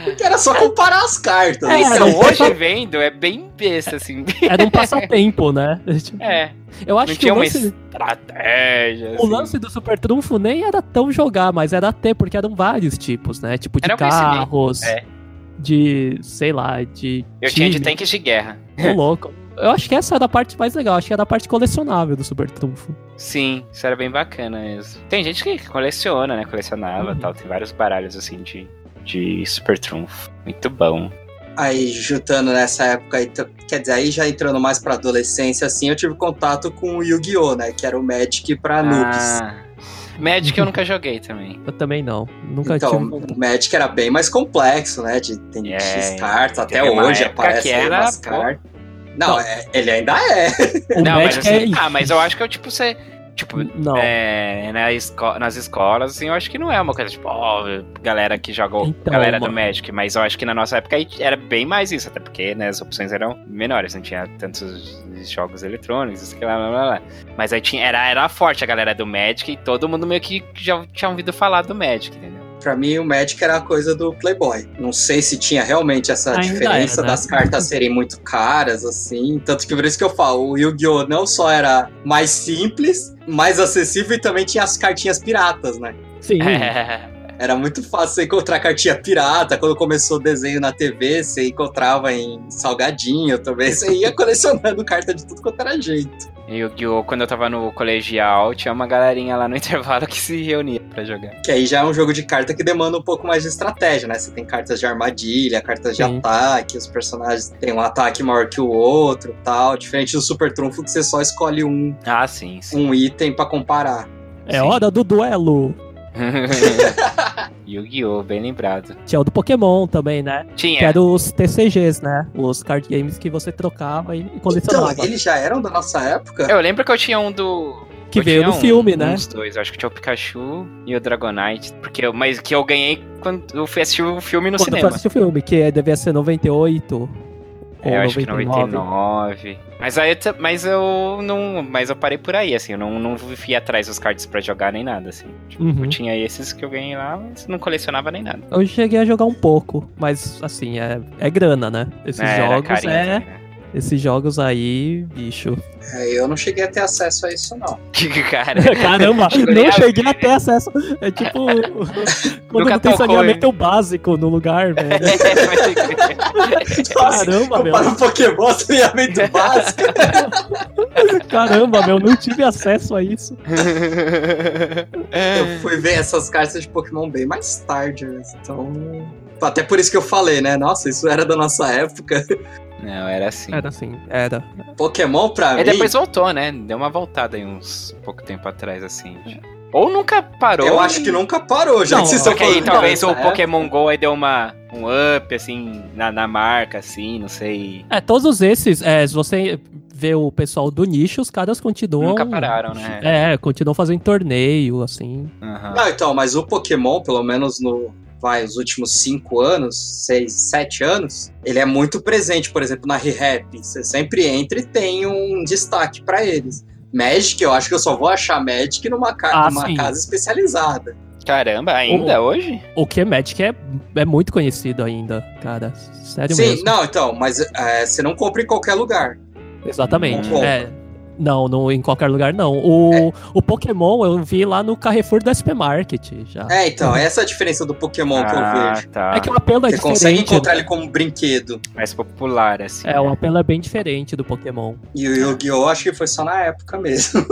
B: Porque era só comparar as cartas.
C: É,
B: Isso
A: Então,
C: mas-
A: hoje vendo, é bem besta, assim.
C: era um passatempo, né?
A: É,
C: Eu acho
A: não
C: que
A: tinha
C: o
A: uma
C: lance,
A: estratégia.
C: o
A: assim.
C: lance do super trunfo nem era tão jogar, mas era ter, porque eram vários tipos, né? Tipo de
A: Era um conhecimento,
C: carros,
A: é.
C: de, sei lá, de
A: Eu tinha de
C: time.
A: tanques de guerra.
C: Ô, louco. Eu acho que essa era a parte mais legal, acho que era a parte colecionável do Super Trunfo.
A: Sim, isso era bem bacana mesmo. Tem gente que coleciona, né? Colecionava e
C: Uhum.
A: tal. Tem vários baralhos assim de, de super trunfo. Muito bom.
B: aí juntando nessa época, aí, t- quer dizer, aí já entrando mais pra adolescência, assim, eu tive contato com o Yu-Gi-Oh!, né? Que era o Magic pra noobs.
A: Ah, Magic eu nunca joguei também.
C: Eu também não. Nunca
B: então,
C: tive.
B: o Magic era bem mais complexo, né? De, tem
A: É,
B: X cartas, até
A: teve uma
B: hoje
A: época
B: aparece
A: que
B: aí
A: era,
B: umas
A: pô.
B: cartas. Não, é- ele ainda é.
C: O
A: não,
C: Magic
A: mas assim,
C: é.
A: Ah, mas eu acho que eu, tipo, você. Tipo,
C: Não.
A: é, na esco- nas escolas, assim, eu acho que não é uma coisa, tipo, ó, galera que joga o-
C: Então,
A: galera do
C: mano.
A: Magic, mas eu acho que na nossa época aí era bem mais isso, até porque, né, as opções eram menores, não tinha tantos jogos eletrônicos, isso que lá, lá, lá, lá. Mas aí tinha, era, era forte a galera do Magic e todo mundo meio que já tinha ouvido falar do Magic, entendeu?
B: Pra mim, o Magic era a coisa do Playboy. Não sei se tinha realmente essa
C: Ainda
B: diferença
C: é, né?
B: das cartas serem muito caras, assim. Tanto que por isso que eu falo, o Yu-Gi-Oh! não só era mais simples, mais acessível e também tinha as cartinhas piratas, né?
C: Sim.
A: é,
B: Era muito fácil você encontrar cartinha pirata. Quando começou o desenho na TV, você encontrava em salgadinho também. Você ia colecionando carta de tudo quanto era jeito.
A: E o Gil, quando eu tava no colegial, tinha uma galerinha lá no intervalo que se reunia pra jogar.
B: Que aí já é um jogo de carta que demanda um pouco mais de estratégia, né? Você tem cartas de armadilha, cartas de
C: Sim.
B: ataque, os personagens têm um ataque maior que o outro tal. Diferente do Super Trunfo, que você só escolhe um,
A: Ah, sim, sim.
B: um item pra comparar.
C: É hora do duelo.
A: Yu-Gi-Oh! Bem lembrado.
C: Tinha é o do Pokémon também, né? Que
A: Tinha.
C: era os TCGs, né? Os card games que você trocava e e
B: Então,
C: colecionava.
B: eles já eram da nossa época?
A: Eu lembro que eu tinha um do.
C: Que
A: eu
C: veio
A: tinha
C: do
A: um-
C: filme, né?
A: Uns dois. eu Acho que tinha o Pikachu e o Dragonite. Porque eu, mas que eu ganhei quando eu fui assistir o filme no
C: Quando eu
A: cinema.
C: fui assistir o filme, que devia ser 98 ou
A: É, eu acho que
C: 99.
A: 99. Mas aí eu, t- mas eu não. Mas eu parei por aí, assim. Eu não, não fui atrás dos cards pra jogar nem nada, assim. Tipo,
C: Uhum.
A: Eu tinha esses que eu ganhei lá, mas não colecionava nem nada.
C: Eu cheguei a jogar um pouco, mas assim, é, é grana, né? Esses
A: É, era
C: jogos
A: carinho,
C: é.
A: assim, né?
C: Esses jogos aí, bicho.
B: É, eu não cheguei a ter acesso a isso, não.
A: Que cara.
C: Caramba,
A: Cheguei
C: não
A: a
C: cheguei
A: ver.
C: a ter acesso. É tipo. quando
A: Nunca
C: não tem
A: tocou,
C: saneamento básico no lugar, velho. Tipo Caramba, meu.
B: Para o Tipo, Pokémon, treinamento básico.
C: Caramba, meu, não tive acesso a isso.
B: Eu fui ver essas cartas de Pokémon bem mais tarde, mesmo, então... Até por isso que eu falei, né? Nossa, isso era da nossa época.
A: não, era assim.
C: Era assim, era.
B: Pokémon, pra
A: Aí
B: mim...
A: É, depois voltou, né? Deu uma voltada aí uns pouco tempo atrás, assim. Ou nunca parou.
B: É. Eu acho que nunca parou, já
C: Não,
B: que vocês
A: Só
B: estão
A: que aí
B: falando.
A: talvez
B: dessa
A: o
B: época.
A: Pokémon GO aí deu uma, um up, assim, na, na marca, assim, não sei.
C: É, todos esses, é, se você vê o pessoal do nicho, os caras continuam.
A: Nunca pararam, né?
C: É, continuam fazendo torneio, assim.
A: Aham.
B: Não, então, mas o Pokémon, pelo menos no. Vai, os últimos cinco anos, seis, sete anos, ele é muito presente, por exemplo, na ReHap. Você sempre entra e tem um destaque pra eles. Magic, eu acho que eu só vou achar Magic numa, ca-
C: Ah,
B: numa
C: sim.
B: casa especializada.
A: Caramba, ainda hoje?
C: O que é Magic é, é muito conhecido ainda, cara. Sério
B: Sim,
C: mesmo.
B: não, então, mas é, você não compra em qualquer lugar.
C: Exatamente.
B: Não
C: é. Não, não, em qualquer lugar não. O,
A: É.
C: o Pokémon eu vi lá no Carrefour do SP Market já.
B: É, então, essa é a diferença do Pokémon que eu vejo.
A: tá.
C: É que o apelo é
B: Você
C: diferente.
B: consegue encontrar
C: né?
B: ele como brinquedo.
A: Mais popular, assim.
C: É, o apelo é bem diferente do Pokémon.
B: E o Yu-Gi-Oh! acho que foi só na época mesmo.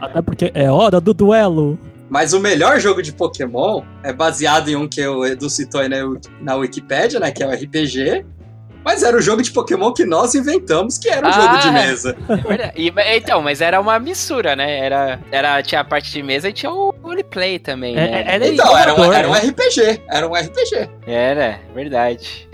C: Até porque é hora do duelo.
B: Mas o melhor jogo de Pokémon é baseado em um que o Edu citou aí na, na Wikipédia, né? Que é o RPG. Mas era o jogo de Pokémon que nós inventamos, que era um
A: Ah,
B: jogo de
A: é.
B: mesa.
A: É verdade. E- mas- então, mas era uma mistura, né? Era, era, tinha a parte de mesa e tinha o roleplay também,
C: É,
A: né?
C: é- era
B: Então, era um,
C: inovador,
B: era um
C: né?
B: RPG. Era um RPG.
A: Era, é verdade.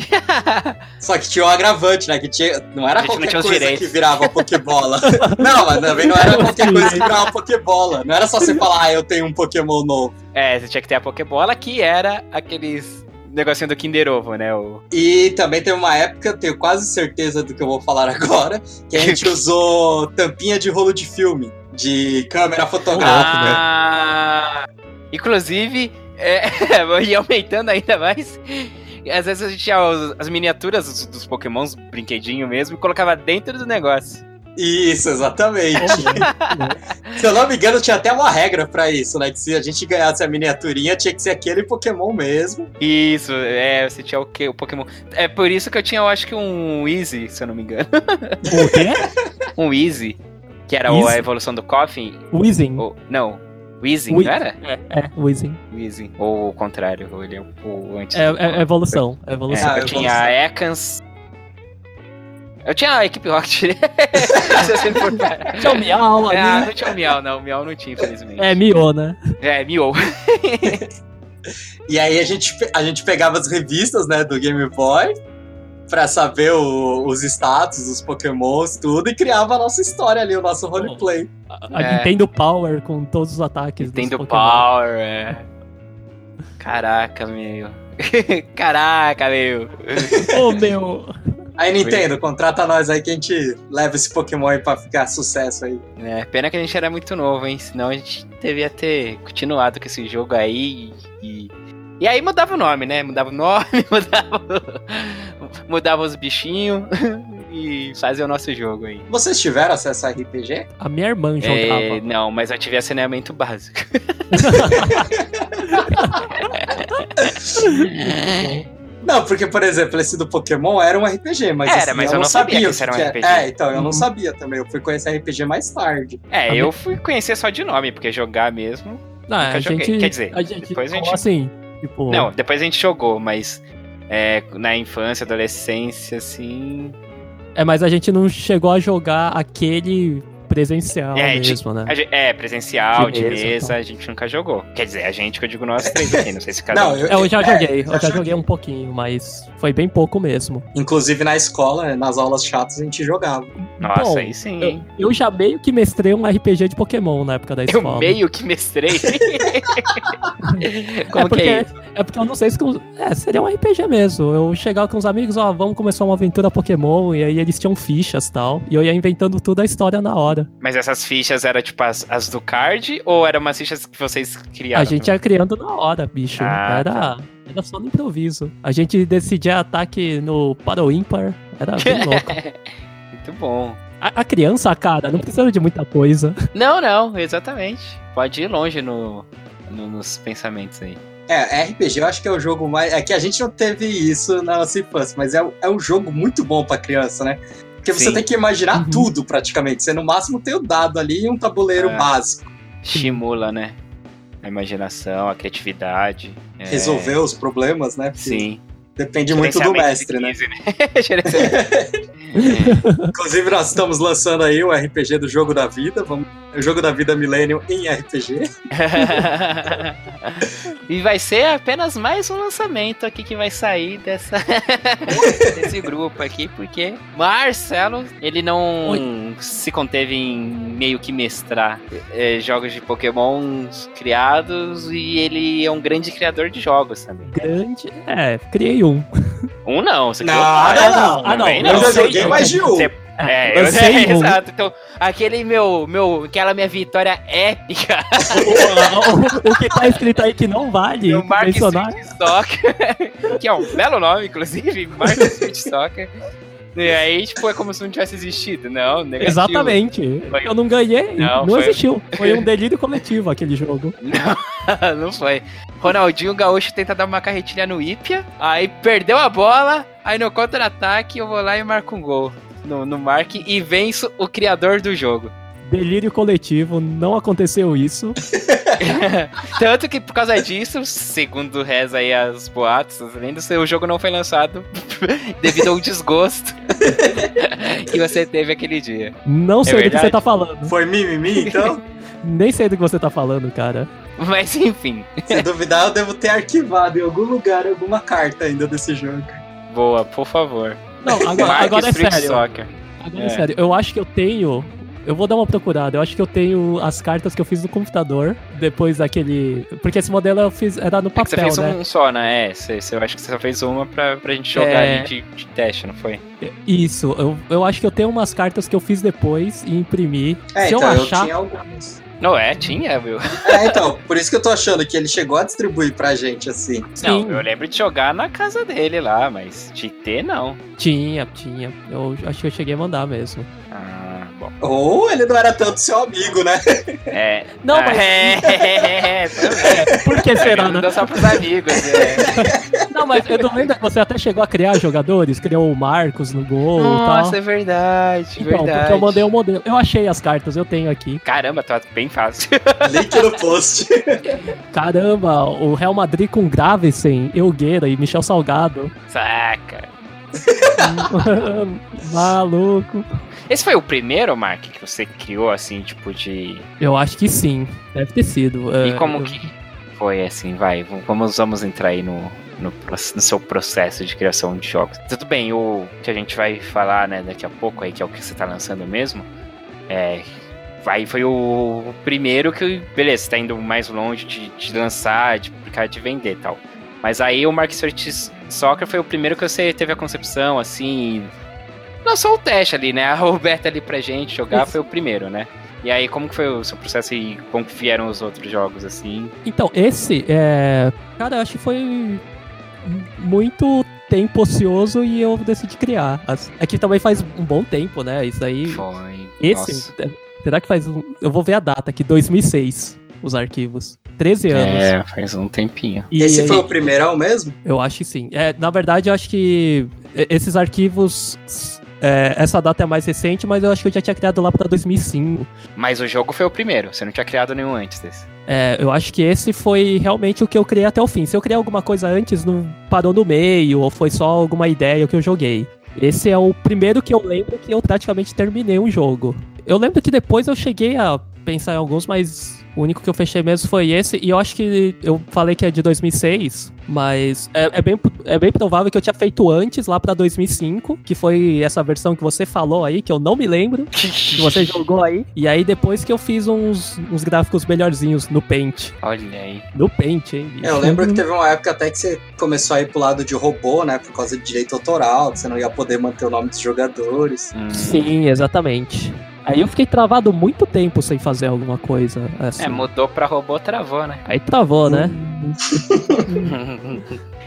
B: Só que tinha um agravante, né? Que tinha, não
A: A
B: era
A: gente não
B: qualquer
A: tinha os
B: coisa
A: direitos.
B: que virava Pokébola. não, mas também não era qualquer coisa que virava Pokébola. Não era só você falar, ah, eu tenho um Pokémon novo.
A: É, você tinha que ter a Pokébola, que era aqueles negocinho do Kinder Ovo, né? O...
B: E também teve uma época, eu tenho quase certeza do que eu vou falar agora, que a gente usou tampinha de rolo de filme, de câmera fotográfica.
A: né? Ah, inclusive, é, e aumentando ainda mais, às vezes a gente tinha os- as miniaturas dos, dos pokémons, brinquedinho mesmo, e colocava dentro do negócio.
B: Isso, exatamente. se eu não me engano, tinha até uma regra pra isso, né? Que se a gente ganhasse a miniaturinha, tinha que ser aquele Pokémon mesmo.
A: Isso, é, você tinha o que? O Pokémon. É por isso que eu tinha, eu acho que um Easy, se eu não me engano.
C: O quê?
A: Um Easy, que era o- a
C: Easy? Hum.
A: evolução do Coffin.
C: O Izen.
A: ou- não, Weezing,
C: Wheezing.
A: não era?
C: É, Weezing.
A: Weezing. Ou o contrário, ou ele é o o antes.
C: É, é- é evolução. É
A: É,
C: evolução.
B: Ah,
A: eu
B: eu
A: tinha
B: gosto.
A: a Ekans. Eu tinha a equipe Rocket. Se você não for parar.
C: Tchau, miau,
A: É,
C: ali.
A: não tinha o Miau, não. O Miau não tinha, infelizmente.
C: É, miou, né?
A: É, Miou.
B: E aí a gente, pe- a gente pegava as revistas, né, do Game Boy pra saber o- os status, os pokémons, tudo, e criava a nossa história ali, o nosso roleplay.
C: A a
A: É.
C: Nintendo Power com todos os ataques. dos
A: Nintendo
C: Pokémon.
A: Power. é. Caraca, meu. Caraca, meu.
C: Ô, meu.
B: Aí, Nintendo, contrata nós aí que a gente leva esse Pokémon aí pra ficar sucesso aí.
A: É, pena que a gente era muito novo, hein? Senão a gente devia ter continuado com esse jogo aí e. E aí mudava o nome, né? Mudava o nome, mudava, mudava os bichinhos e fazia o nosso jogo aí.
B: Vocês tiveram acesso a RPG?
C: A minha irmã
A: É,
C: jogava.
A: não, mas eu tive saneamento básico.
B: Não, porque, por exemplo, esse do Pokémon era um RPG, mas,
A: Era,
B: assim,
A: mas
B: eu, não sabia,
A: que
B: o
A: isso era um
B: que
A: RPG.
B: É, então, eu não
C: Uhum.
B: sabia também. Eu fui conhecer RPG mais tarde.
A: É,
C: A
A: eu fui conhecer só de nome, porque jogar mesmo.
C: Não, é, a
A: joguei.
C: gente,
A: Quer dizer,
C: a gente
A: depois a
C: ficou
A: gente-
C: assim, tipo...
A: Não, depois a gente jogou, mas é, na infância, adolescência, assim.
C: É, mas a gente não chegou a jogar aquele presencial
A: É, a gente-
C: mesmo, né?
A: a gen- é, presencial,
C: De
A: de mesa,
C: mesa, então.
A: a gente nunca jogou. Quer dizer, a gente que eu digo nós três aqui, não sei se cada um.
B: Não, eu,
C: Eu já
B: é,
C: joguei, eu já joguei um pouquinho, mas foi bem pouco mesmo.
B: Inclusive na escola, né, nas aulas chatas, a gente jogava.
A: Nossa,
C: Bom,
A: aí sim,
C: eu-
A: hein?
C: Eu já meio que mestrei um RPG de Pokémon na época da
A: Eu,
C: escola.
A: meio que mestrei. Como
C: é porque,
A: que é isso?
C: é porque eu não sei se. com- É, seria um RPG mesmo. Eu chegava com os amigos, ó, vamos começar uma aventura Pokémon, e aí eles tinham fichas e tal. E eu ia inventando tudo a história na hora.
A: Mas essas fichas eram tipo as, as do card ou eram umas fichas que vocês criaram?
C: a gente ia criando na hora, bicho.
A: um- Ah,
C: era, era só no improviso. A gente decidia ataque no para o ímpar. Era bem louco.
A: Muito bom.
C: A, a criança, cara, não precisava de muita coisa.
A: Não, não, exatamente. Pode ir longe no, no- nos pensamentos aí.
B: É, RPG eu acho que é o jogo mais. É que a gente não teve isso na nossa infância, mas é, o- é um jogo muito bom pra criança, né? Porque você
A: Sim.
B: tem que imaginar
C: Uhum.
B: tudo praticamente. Você no máximo tem o dado ali e um tabuleiro
A: É.
B: básico.
A: Estimula, né? A imaginação, a criatividade. é,
B: Resolver os problemas, né? Porque
A: Sim.
B: Depende muito do
A: Gerenciamento
B: mestre,
A: de
B: né?
A: crise, né? Gerenciamento.
B: Inclusive, nós estamos lançando aí o RPG do jogo da vida. Vamos... O jogo da vida Millennium em RPG.
A: e vai ser apenas mais um lançamento aqui que vai sair dessa desse grupo aqui, porque Marcelo, ele não se conteve em meio que mestrar eh, jogos de Pokémon criados e ele é um grande criador de jogos também.
C: Grande. É, criei um.
A: Um não, você criou
B: Não,
A: vários.
B: não,
C: não. Ah, não,
A: Também
C: eu
B: já
C: sei,
B: joguei
C: eu
B: mais de um.
A: Você- É, eu
C: Lancei
A: sei,
C: um.
A: exato. Então, aquele meu, meu, aquela minha vitória épica
C: o, o- o que tá escrito aí que não vale
A: do É Mark
C: mencionar.
A: Street Soccer, que é um belo nome, inclusive, Mark Street Soccer. E aí, tipo, é como se não tivesse existido. Não, negativo.
C: Exatamente.
A: Foi-
C: Eu não ganhei,
A: Não,
C: não,
A: foi-
C: existiu. Foi um delírio coletivo aquele jogo.
A: Ah, Não, não foi. Ronaldinho Gaúcho tenta dar uma carretilha no Ipia, aí perdeu a bola, aí no contra-ataque eu vou lá e marco um gol no, no Mark e venço o criador do jogo.
C: Delírio coletivo, não aconteceu isso.
A: Tanto que por causa disso, segundo reza aí as boatos, as lendas, o jogo não foi lançado devido a um desgosto que você teve aquele dia.
C: Não sei do que
A: É verdade.
C: você tá falando.
B: Foi mimimi, então?
C: Nem sei do que você tá falando, cara.
A: Mas enfim,
B: Se duvidar, eu devo ter arquivado em algum lugar alguma carta ainda desse jogo.
A: boa, por favor.
C: Não, agora,
A: Marque
C: agora é
A: Street
C: sério.
A: Soccer.
C: Agora
A: É.
C: é sério. Eu acho que eu tenho. Eu vou dar uma procurada. Eu acho que eu tenho as cartas que eu fiz no computador depois daquele. Porque esse modelo eu fiz era no
A: É que você
C: papel,
A: fez
C: né?
A: um só, né? É, você, você- eu acho que você só fez uma pra, pra gente jogar
C: É.
A: ali de, de teste, não foi?
C: Isso. Eu, eu acho que eu tenho umas cartas que eu fiz depois e imprimi.
B: É,
C: Se eu
B: então, eu
C: achar.
B: tinha alguns.
A: Não é, tinha, viu?
B: É, então, por isso que eu tô achando que ele chegou a distribuir pra gente, assim.
A: Não,
C: Sim.
A: eu lembro de jogar na casa dele lá, mas de ter, não.
C: Tinha, tinha. Eu acho que eu cheguei a mandar mesmo.
A: Ah, bom.
B: Ou ele não era tanto seu amigo, né?
A: É.
C: Não,
A: Ah,
C: mas-
A: É, é, é, também.
C: Por que será, né?
A: Não só pros amigos, é.
C: Não, mas eu não lembro que você até chegou a criar jogadores, criou o Marcos no gol e
A: Nossa,
C: tal.
A: é verdade,
C: tá. Então,
A: verdade.
C: porque eu mandei o modelo. Eu achei as cartas, eu tenho aqui.
A: Caramba, tá bem fácil.
B: Link no post.
C: Caramba, o Real Madrid com Gravesen, Elgueira e Michel Salgado.
A: Saca.
C: Maluco.
A: Esse foi o primeiro, Mark, que você criou, assim, tipo de...
C: Eu acho que sim, deve ter sido.
A: E
C: É,
A: como
C: eu-
A: que foi assim, vai, vamos, vamos entrar aí no, no, proce- no seu processo de criação de jogos. Tudo bem, o que a gente vai falar, né, daqui a pouco aí, que é o que você tá lançando mesmo, é... Aí foi o primeiro que, beleza, você tá indo mais longe de, de lançar, de publicar, de vender e tal. Mas aí o Mark Surtees Soccer foi o primeiro que você teve a concepção, assim... Não, só o teste ali, né? A Roberta ali pra gente jogar
C: Isso.
A: foi o primeiro, né? E aí, como que foi o seu processo e como que vieram os outros jogos, assim?
C: Então, esse, é... cara, eu acho que foi muito tempo ocioso e eu decidi criar. As- É que também faz um bom tempo, né? Isso aí.
A: Foi.
C: Esse, será que faz um... Eu vou ver a data aqui, 2006, os arquivos. 13 anos.
A: É, faz um tempinho.
C: E
B: Esse
C: aí-
B: foi o primeirão mesmo?
C: Eu acho que sim. É, na verdade, eu acho que e- esses arquivos. é, essa data é mais recente, mas eu acho que eu já tinha criado lá pra 2005.
A: Mas o jogo foi o primeiro, você não tinha criado nenhum antes desse.
C: É, eu acho que esse foi realmente o que eu criei até o fim. Se eu criei alguma coisa antes, não parou no meio, ou foi só alguma ideia que eu joguei. Esse é o primeiro que eu lembro que eu praticamente terminei um jogo. Eu lembro que depois eu cheguei a pensar em alguns, mas o único que eu fechei mesmo foi esse. E eu acho que eu falei que é de 2006, mas é, é bem, é bem provável que eu tinha feito antes, lá pra 2005, que foi essa versão que você falou aí, que eu não me lembro que você jogou aí. E aí depois que eu fiz uns, uns gráficos melhorzinhos no Paint.
A: Olha aí.
C: No Paint, hein? bicho?
B: É, eu lembro que teve uma época até que você começou a ir pro lado de robô, né? Por causa de direito autoral, que você não ia poder manter o nome dos jogadores.
A: Hum.
C: Sim, exatamente. Aí eu fiquei travado muito tempo sem fazer alguma coisa. Assim.
A: É, mudou pra robô, travou, né?
C: Aí travou, né?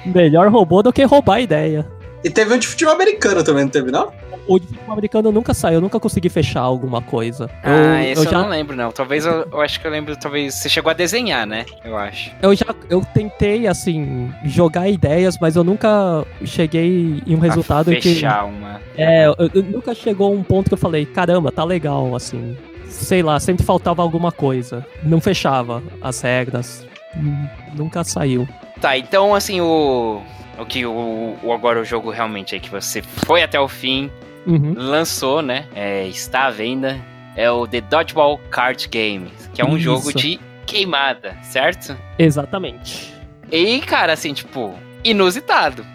C: Melhor roubou do que roubar a ideia.
B: E teve um de futebol americano também, não teve, não?
C: O de futebol americano nunca saiu, eu nunca consegui fechar alguma coisa.
A: ah,
C: eu,
A: esse
C: eu
A: eu,
C: já,
A: não lembro, não. Talvez eu, eu acho que eu lembro, talvez você chegou a desenhar, né? Eu acho.
C: eu já eu tentei, assim, jogar ideias, mas eu nunca cheguei em um resultado
A: a
C: que.
A: fechar uma.
C: É, eu, eu nunca chegou um ponto que eu falei, caramba, tá legal, assim. Sei lá, sempre faltava alguma coisa. Não fechava as regras. Hum, Nunca saiu.
A: Tá, então assim, o. O que o, o agora o jogo realmente é que você foi até o fim,
C: Uhum.
A: lançou, né? é, está à venda. É o The Dodgeball Card Game, que é um
C: Isso.
A: jogo de queimada, certo?
C: Exatamente.
A: E, cara, assim, tipo, inusitado.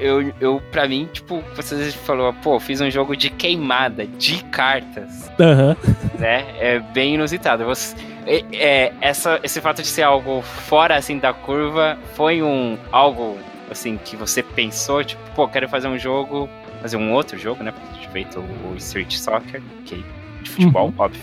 A: Eu, eu, eu pra mim, tipo, você falou, pô, fiz um jogo de queimada, de cartas,
C: Aham.
A: né? É bem inusitado. Você, é- é, essa, esse fato de ser algo fora, assim, da curva, foi um algo, assim, que você pensou, tipo, pô, quero fazer um jogo, fazer um outro jogo, né? Porque tinha feito o Street Soccer, que é de futebol, óbvio.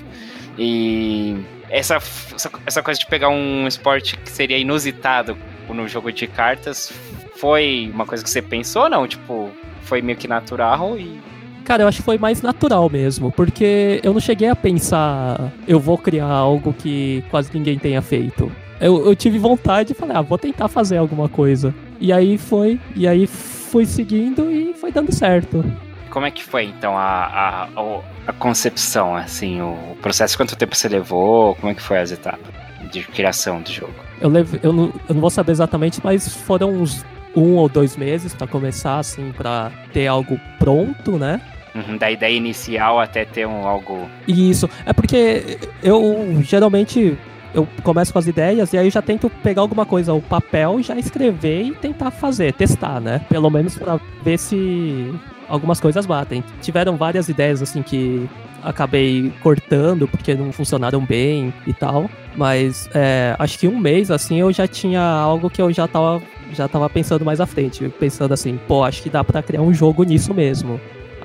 A: E essa, f- essa- essa coisa de pegar um esporte que seria inusitado no jogo de cartas foi uma coisa que você pensou ou não? Tipo, foi meio que natural e.
C: Cara, eu acho que foi mais natural mesmo, porque eu não cheguei a pensar, eu vou criar algo que quase ninguém tenha feito. Eu, eu tive vontade e falei, ah, vou tentar fazer alguma coisa. E aí foi, e aí fui seguindo e foi dando certo.
A: Como é que foi então a, a, a- o- a concepção, assim, o processo? Quanto tempo você levou? Como é que foi as etapas de criação do jogo?
C: Eu, leve, eu, não, eu não vou saber exatamente, mas foram uns um ou dois meses pra começar, assim, pra ter algo pronto, né?
A: Uhum, Da ideia inicial até ter um algo.
C: E isso. É porque eu geralmente eu começo com as ideias e aí eu já tento pegar alguma coisa, o papel, já escrever e tentar fazer, testar, né? Pelo menos pra ver se algumas coisas batem. Tiveram várias ideias assim que acabei cortando porque não funcionaram bem e tal, mas é, acho que um mês assim eu já tinha algo que eu já tava já tava pensando mais à frente, pensando assim, pô, acho que dá pra criar um jogo nisso mesmo.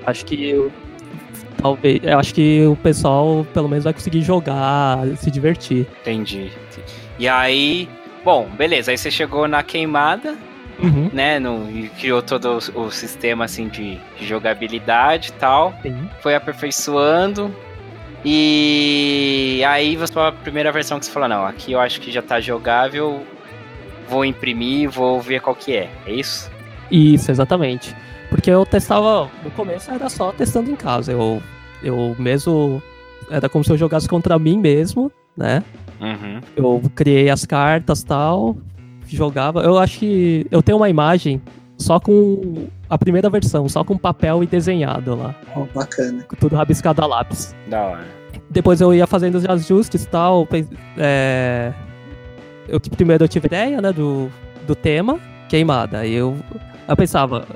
C: Acho que eu Talvez. Eu acho que o pessoal, pelo menos, vai conseguir jogar, se divertir.
A: Entendi. E aí. Bom, beleza. Aí você chegou na queimada,
C: Uhum.
A: né? No, e criou todo o, o sistema assim de, de jogabilidade e tal.
C: Sim.
A: foi aperfeiçoando. E aí você a primeira versão que você falou, não, aqui eu acho que já tá jogável, vou imprimir, vou ver qual que é. É isso?
C: Isso, exatamente. Porque eu testava, no começo era só testando em casa. Eu, eu mesmo. Era como se eu jogasse contra mim mesmo, né?
A: Uhum.
C: Eu criei as cartas tal, jogava. Eu acho que eu tenho uma imagem só com a primeira versão, só com papel e desenhado lá,
B: Ó, bacana.
C: com tudo rabiscado a lápis.
A: Da hora.
C: Depois eu ia fazendo os ajustes e tal. pe- É... Eu, que primeiro eu tive ideia, né, do, do tema, queimada. Aí eu, eu pensava,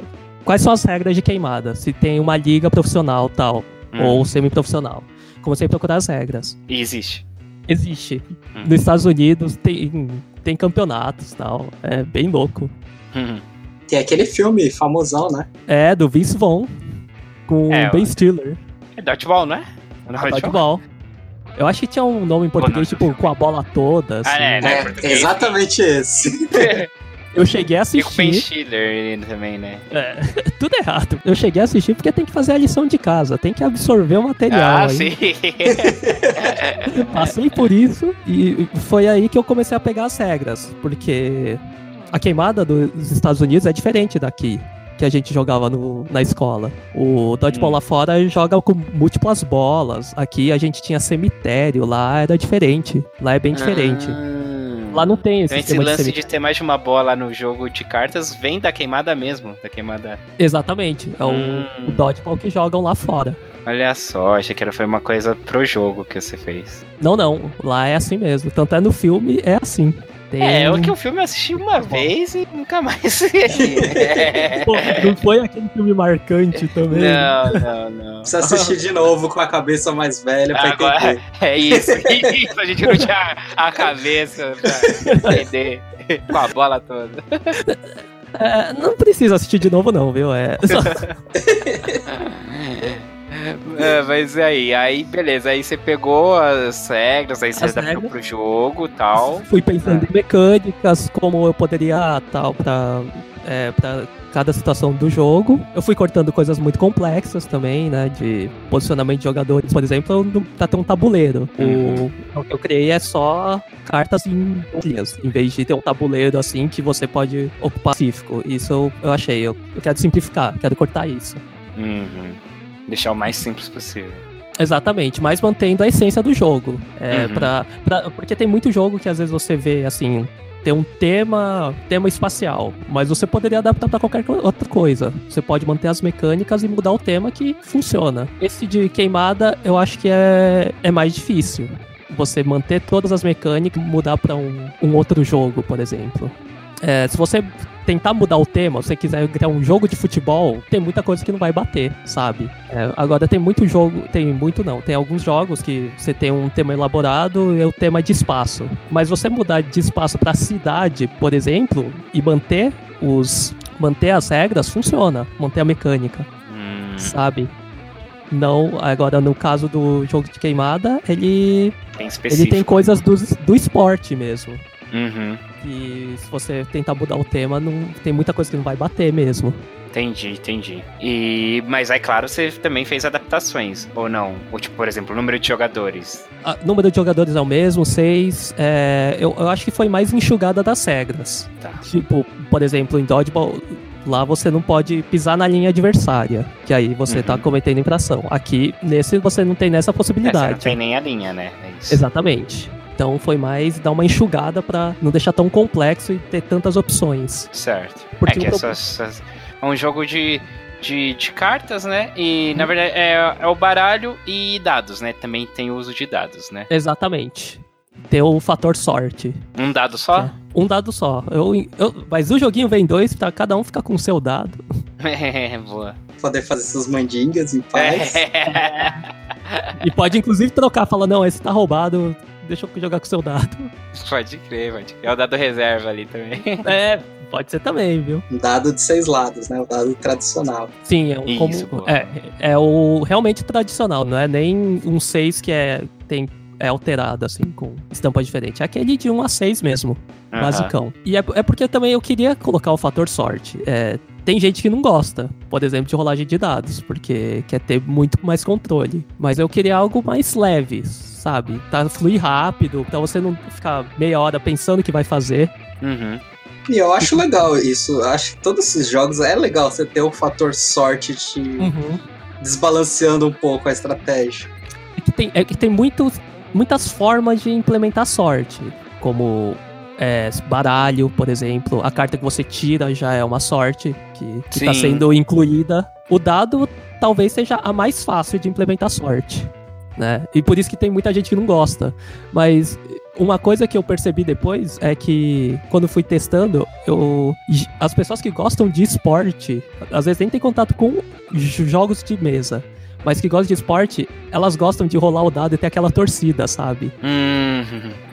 C: quais são as regras de queimada? Se tem uma liga profissional tal,
A: Hum.
C: ou semiprofissional. Comecei a procurar as regras.
A: E existe.
C: Existe.
A: Hum.
C: Nos Estados Unidos tem, tem campeonatos e tal. É bem louco.
A: Uhum.
B: Tem é aquele filme famosão, né?
C: É, do Vince Vaughn com
A: É,
C: Ben Stiller.
A: É Dodgeball, não é? Não é Dodgeball?
C: Ah, Dodgeball. Eu acho que tinha um nome em português,
A: não.
C: tipo, com a bola toda. Assim.
A: né, né? É,
B: É,
A: português.
B: exatamente esse.
C: Eu cheguei a
A: E o Ben
C: assistir.
A: Schiller também, né?
C: É, tudo errado. Eu cheguei a assistir porque tem que fazer a lição de casa, tem que absorver o material.
A: ah,
C: aí.
A: sim.
C: Passei por isso e foi aí que eu comecei a pegar as regras, porque a queimada dos Estados Unidos é diferente daqui que a gente jogava no- na escola. O dodgeball
A: Hum.
C: lá fora joga com múltiplas bolas. Aqui a gente tinha cemitério, lá era diferente. Lá é bem diferente.
A: Ah.
C: Lá não tem esse
A: Então esse
C: sistema é de
A: lance
C: cemitério.
A: de ter mais de uma bola no jogo de cartas vem da queimada mesmo, da queimada.
C: Exatamente. É o,
A: Hum.
C: o dodgeball que jogam lá fora.
A: Olha só, achei que era foi uma coisa pro jogo que você fez.
C: Não, não. Lá é assim mesmo. Tanto é no filme, é assim. Tem-
A: É, o que o filme eu assisti uma vez e nunca mais vi. É.
C: Pô, não foi aquele filme marcante também.
A: Não, não, não.
B: Precisa assistir de novo com a cabeça mais velha pra
A: Agora-
B: entender.
A: É isso, isso, a gente não tinha a cabeça pra entender com a bola toda.
C: É, não precisa assistir de novo, não, viu? É, só-
A: É, mas e aí, aí beleza, aí você pegou as regras, aí você
C: As
A: adaptou
C: regras.
A: pro jogo e tal.
C: fui pensando em mecânicas, como eu poderia tal pra, é, pra cada situação do jogo. Eu fui cortando coisas muito complexas também, né? De posicionamento de jogadores, por exemplo, eu não- pra ter um tabuleiro.
A: Uhum.
C: O, o que eu criei é só cartas em linhas, em vez de ter um tabuleiro assim que você pode ocupar específico. Isso eu, eu achei. Eu, eu quero simplificar, quero cortar isso.
A: Uhum. Deixar o mais simples possível.
C: Exatamente, mas mantendo a essência do jogo. É,
A: Uhum.
C: pra, pra- porque tem muito jogo que às vezes você vê, assim, tem um tema, tema espacial, mas você poderia adaptar pra qualquer co- outra coisa. Você pode manter as mecânicas e mudar o tema que funciona. Esse de queimada eu acho que é, é mais difícil. Você manter todas as mecânicas e mudar pra um, um outro jogo, por exemplo. É, se você tentar mudar o tema, se você quiser criar um jogo de futebol, tem muita coisa que não vai bater, sabe? É, agora tem muito jogo, tem muito não, tem alguns jogos que você tem um tema elaborado e o tema é de espaço. Mas você mudar de espaço pra cidade, por exemplo, e manter os manter as regras funciona, manter a mecânica,
A: Hum.
C: sabe? Não, agora no caso do jogo de queimada, ele
A: Tem
C: ele
A: específico.
C: tem coisas do, do esporte mesmo.
A: Uhum.
C: E se você tentar mudar o tema, não, tem muita coisa que não vai bater mesmo.
A: Entendi, entendi. E mas aí claro, você também fez adaptações ou não? Ou tipo, por exemplo, o número de jogadores.
C: Ah, número de jogadores é o mesmo, seis. é, eu, eu acho que foi mais enxugada das regras.
A: Tá.
C: Tipo, por exemplo, em dodgeball, lá você não pode pisar na linha adversária, que aí você
A: Uhum.
C: tá cometendo infração. Aqui, nesse, você não tem
A: É, você
C: nessa
A: não
C: possibilidade.
A: tem nem a linha, né? É isso.
C: Exatamente. Então foi mais dar uma enxugada pra não deixar tão complexo e ter tantas opções.
A: Certo.
C: Porque
A: é que é,
C: o pro-
A: só- só- é um jogo de, de, de cartas, né? E na verdade é, é o baralho e dados, né? Também tem o uso de dados, né?
C: Exatamente. Ter o fator sorte.
A: Um dado só?
C: Um dado só. Eu, eu- mas o joguinho vem dois, pra cada um ficar com o seu dado.
A: É, boa.
B: Poder fazer suas mandingas em paz.
A: É.
C: E pode inclusive trocar, fala, não, esse tá roubado, deixa eu jogar com o seu dado.
A: pode crer, pode crer. É o dado reserva ali também.
C: É, pode ser também, viu?
B: Um dado de seis lados, né? O dado tradicional.
C: Sim, é um
A: Isso,
C: como.
A: boa.
C: É, é o realmente tradicional, não é nem um 6 que é, tem, é alterado, assim, com estampa diferente. É aquele de 1 a 6 mesmo.
A: Aham.
C: basicão. E é, é porque também eu queria colocar o fator sorte. É, Tem gente que não gosta, por exemplo, de rolagem de dados, porque quer ter muito mais controle. Mas eu queria algo mais leve, sabe? Tá fluir rápido, pra você não ficar meia hora pensando o que vai fazer.
A: Uhum.
B: E eu acho legal isso. Eu Acho que todos esses jogos é legal você ter o fator sorte te desbalanceando um pouco a estratégia.
C: É que tem, é que tem muitos, muitas formas de implementar sorte, como é, baralho, por exemplo. A carta que você tira já é uma sorte que, que tá
A: Sim.
C: sendo incluída. O dado talvez seja a mais fácil de implementar sorte, né? E por isso que tem muita gente que não gosta. Mas uma coisa que eu percebi depois é que quando fui testando, eu, as pessoas que gostam de esporte, às vezes nem tem contato com j- jogos de mesa. Mas que gostam de esporte, elas gostam de rolar o dado e ter aquela torcida, sabe?
A: Hum.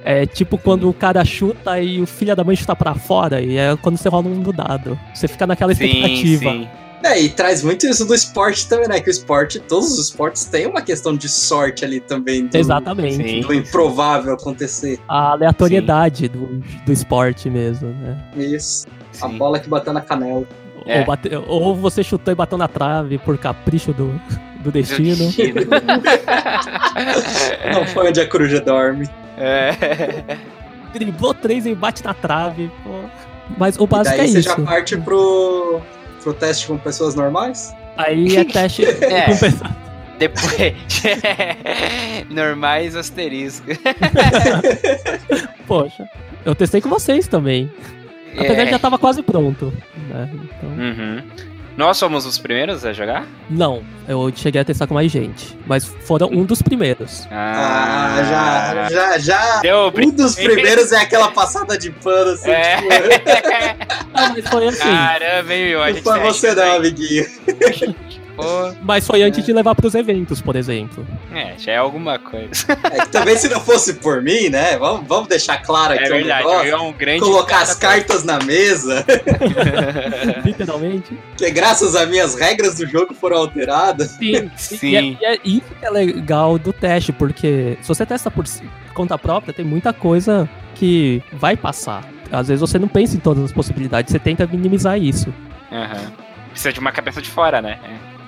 C: É tipo quando o cara chuta e o filho da mãe chuta pra fora, e é quando você rola um do dado. Você fica naquela
A: Sim,
C: expectativa.
A: sim.
B: É, e traz muito isso do esporte também, né? Que o esporte, todos os esportes têm uma questão de sorte ali também. Do,
C: Exatamente.
A: Sim.
B: do improvável acontecer.
C: A aleatoriedade do, do esporte mesmo, né?
B: Isso. A
A: sim.
B: bola que bateu na canela.
A: É.
C: Ou, bate- ou você chutou e bateu na trave por capricho do, do destino.
B: Não foi onde a coruja dorme.
A: É.
C: Driblou três e bate na trave. pô. Mas o
B: E
C: básico
B: daí
C: é
B: você
C: isso.
B: já parte pro, pro teste com pessoas normais?
C: Aí é teste.
A: É.
C: com pessoa-
A: Depois. Normais asterisco.
C: Poxa. Eu testei com vocês também. Apesar
A: É.
C: que já tava quase pronto. né? Então-
A: Uhum. Nós somos os primeiros a jogar?
C: Não, eu cheguei a testar com mais gente. Mas foram um dos primeiros.
B: Ah, já, já, já.
A: Deu brin...
B: Um dos primeiros é aquela passada de pano, assim,
A: É.
B: tipo,
C: Ah, mas foi assim.
A: Caramba, hein, meu? A
B: não
A: gente
B: foi
A: tá
B: você
A: achando
B: não,
A: aí,
B: amiguinho.
A: pô.
C: Mas foi antes de levar pros eventos, por exemplo.
A: É, já é alguma coisa.
B: É que também se não fosse por mim, né? Vamos, vamos deixar claro aqui
A: É
B: o
A: verdade,
B: negócio.
A: é um grande.
B: Colocar as cartas na mesa,
C: Literalmente.
B: que graças a mim as regras do jogo foram alteradas.
C: Sim.
B: assim
A: Sim.
C: E, é, e é isso que é legal do teste, porque se você testa por si- conta própria, tem muita coisa que vai passar. Às vezes você não pensa em todas as possibilidades, você tenta minimizar isso.
B: é-
A: Aham. Precisa de uma cabeça de fora, né?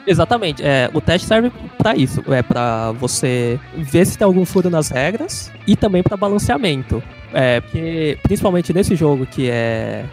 C: Exatamente, é, o teste serve pra isso, é pra você ver se tem algum furo nas regras e também pra balanceamento. É, porque principalmente nesse jogo que é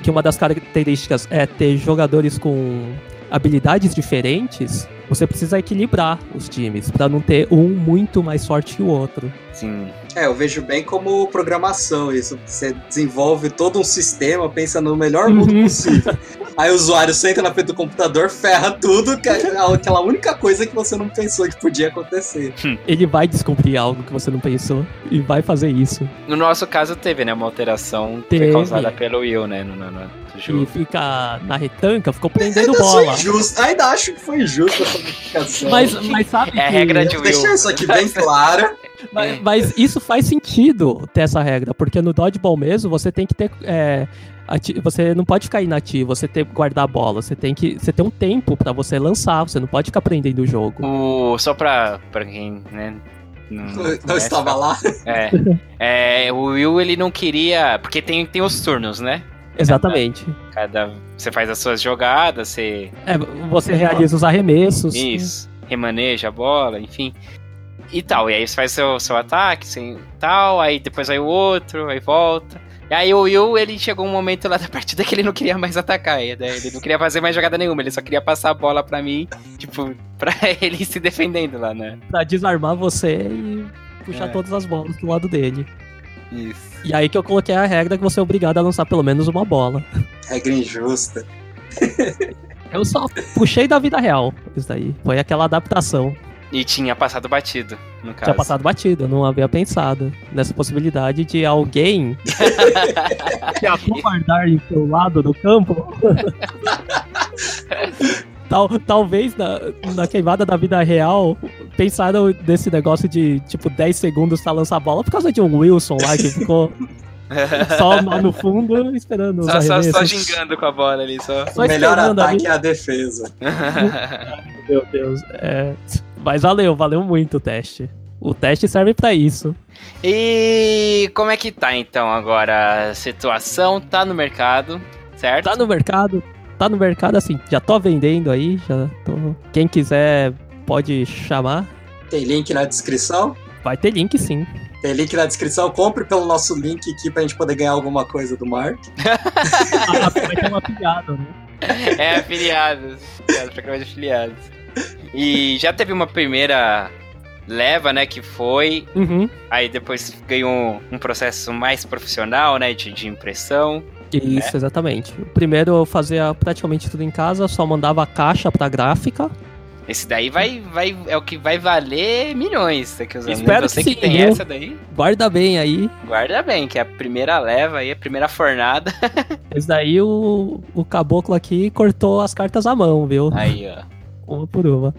C: que uma das características é ter jogadores com habilidades diferentes, você precisa equilibrar os times pra não ter um muito mais forte que o outro.
A: Sim.
B: É, eu vejo bem como programação isso. Você desenvolve todo um sistema, pensa no melhor mundo
C: Uhum.
B: possível. Aí o usuário senta na frente do computador, ferra tudo, que é aquela única coisa que você não pensou que podia acontecer.
C: Ele vai descobrir algo que você não pensou e vai fazer isso.
A: No nosso caso teve, né? Uma alteração que foi
C: Teve.
A: causada pelo Will, né? No, no, no no
C: E
A: jogo.
C: fica na retanca, ficou prendendo
B: Ainda assim, sou
C: bola.
B: injusto, ainda acho que foi injusto essa modificação.
C: Mas, mas sabe
A: É a
C: que-
A: regra de Will.
B: Deixar isso aqui bem claro.
C: Mas, mas isso faz sentido ter essa regra, porque no dodgeball mesmo você tem que ter. é, ati- você não pode ficar inativo, você tem que guardar a bola, você tem que. Você tem um tempo pra você lançar, você não pode ficar prendendo o jogo.
A: O... Só pra, pra quem, né? Não,
B: Não
A: né,
B: estava lá.
A: É. É, o Will ele não queria. Porque tem, tem os turnos, né?
C: Exatamente.
A: Cada. Você faz as suas jogadas, você.
C: É, você realiza os arremessos.
A: Isso. Remaneja a bola, enfim. E tal. E aí você faz seu, seu ataque, assim, tal. Aí depois vai o outro, aí volta. E aí o Will, ele chegou um momento lá da partida que ele não queria mais atacar. e daí Ele não queria fazer mais jogada nenhuma. Ele só queria passar a bola pra mim, tipo, pra ele se defendendo lá, né?
C: Pra desarmar você e puxar
A: É.
C: todas as bolas do lado dele.
A: Isso.
C: E aí que eu coloquei a regra que você é obrigado a lançar pelo menos uma bola.
B: Regra injusta.
C: Eu só puxei da vida real isso daí. Foi aquela adaptação.
A: E tinha passado batido, no caso.
C: Tinha passado batido, eu não havia pensado nessa possibilidade de alguém se acovardar em seu lado do campo. Tal, talvez na, na queimada da vida real, pensaram nesse negócio de tipo 10 segundos pra lançar a bola por causa de um Wilson lá que ficou só lá no fundo esperando os
A: Só, só,
C: arremessos.
A: só gingando com a bola ali, só.
C: Só
B: o melhor
C: esperando ali.
B: ataque é a defesa.
C: Meu Deus. é. Mas valeu, valeu muito o teste. O teste serve pra isso.
A: E como é que tá então agora a situação? Tá no mercado, certo?
C: Tá no mercado, tá no mercado assim, já tô vendendo aí, já tô. Quem quiser pode chamar.
B: Tem link na descrição?
C: Vai ter link sim.
B: Tem link na descrição. Compre pelo nosso link aqui pra gente poder ganhar alguma coisa do Mark.
C: Ah, Vai ter uma piada, né?
A: É, afiliados. Afiliados, programa de afiliados. E já teve uma primeira leva, né, que foi.
C: Uhum.
A: Aí depois ganhou um processo mais profissional, né, de, de impressão.
C: Isso, exatamente. Primeiro eu fazia praticamente tudo em casa, só mandava a caixa pra gráfica.
A: Esse daí vai, vai, é o que vai valer milhões daqui uns anos.
C: Espero
A: Eu sei
C: que
A: que,
C: sim,
A: tem
C: viu?
A: essa daí.
C: Guarda bem aí.
A: Guarda bem, que é a primeira leva aí, a primeira fornada.
C: Esse daí o, o caboclo aqui cortou as cartas à mão, viu?
A: Aí, ó.
C: Uma por uma.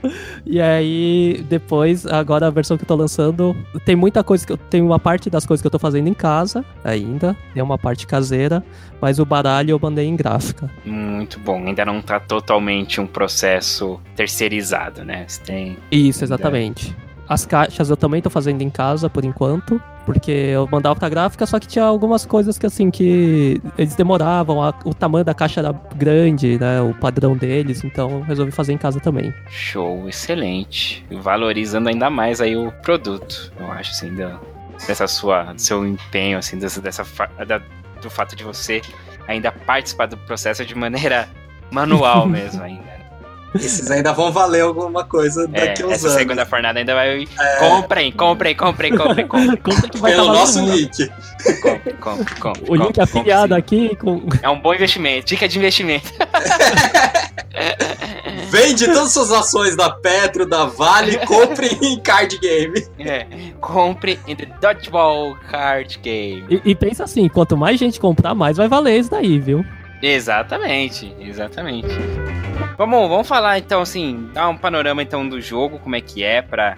C: E aí, depois, agora a versão que eu tô lançando, tem muita coisa que eu. Tem uma parte das coisas que eu tô fazendo em casa ainda, tem uma parte caseira, mas o baralho eu mandei em gráfica.
A: Muito bom. Ainda não tá totalmente um processo terceirizado, né? Você tem.
C: Isso, exatamente. As caixas eu também tô fazendo em casa por enquanto, porque eu mandava pra gráfica, só que tinha algumas coisas que assim, que eles demoravam, a- o tamanho da caixa era grande, né? O padrão deles, então eu resolvi fazer em casa também.
A: Show, excelente. Valorizando ainda mais aí o produto, eu acho, assim, da- dessa sua, do seu empenho, assim, dessa, dessa fa- da- do fato de você ainda participar do processo de maneira manual mesmo ainda.
B: Esses ainda vão valer alguma coisa
A: É,
B: daqui uns
A: essa
B: anos. É.
A: segunda fornada ainda vai... Comprem, comprem, comprem, comprem, comprem,
C: Conta que
B: Pelo
A: tá
C: valer
B: nosso
C: a pena.
B: link.
A: comprem, comprem, comprem.
C: O link é
A: comprem,
C: afiliado
A: comprem,
C: aqui com.
A: sim. É um bom investimento, dica de investimento.
B: Vende todas suas ações da Petro, da Vale, compre em card game.
A: É, compre in the Dodgeball Card Game.
C: E, e pensa assim, quanto mais gente comprar, mais vai valer isso daí, viu?
A: Exatamente, exatamente. Vamos, vamos falar então assim, dar um panorama então do jogo, como é que é para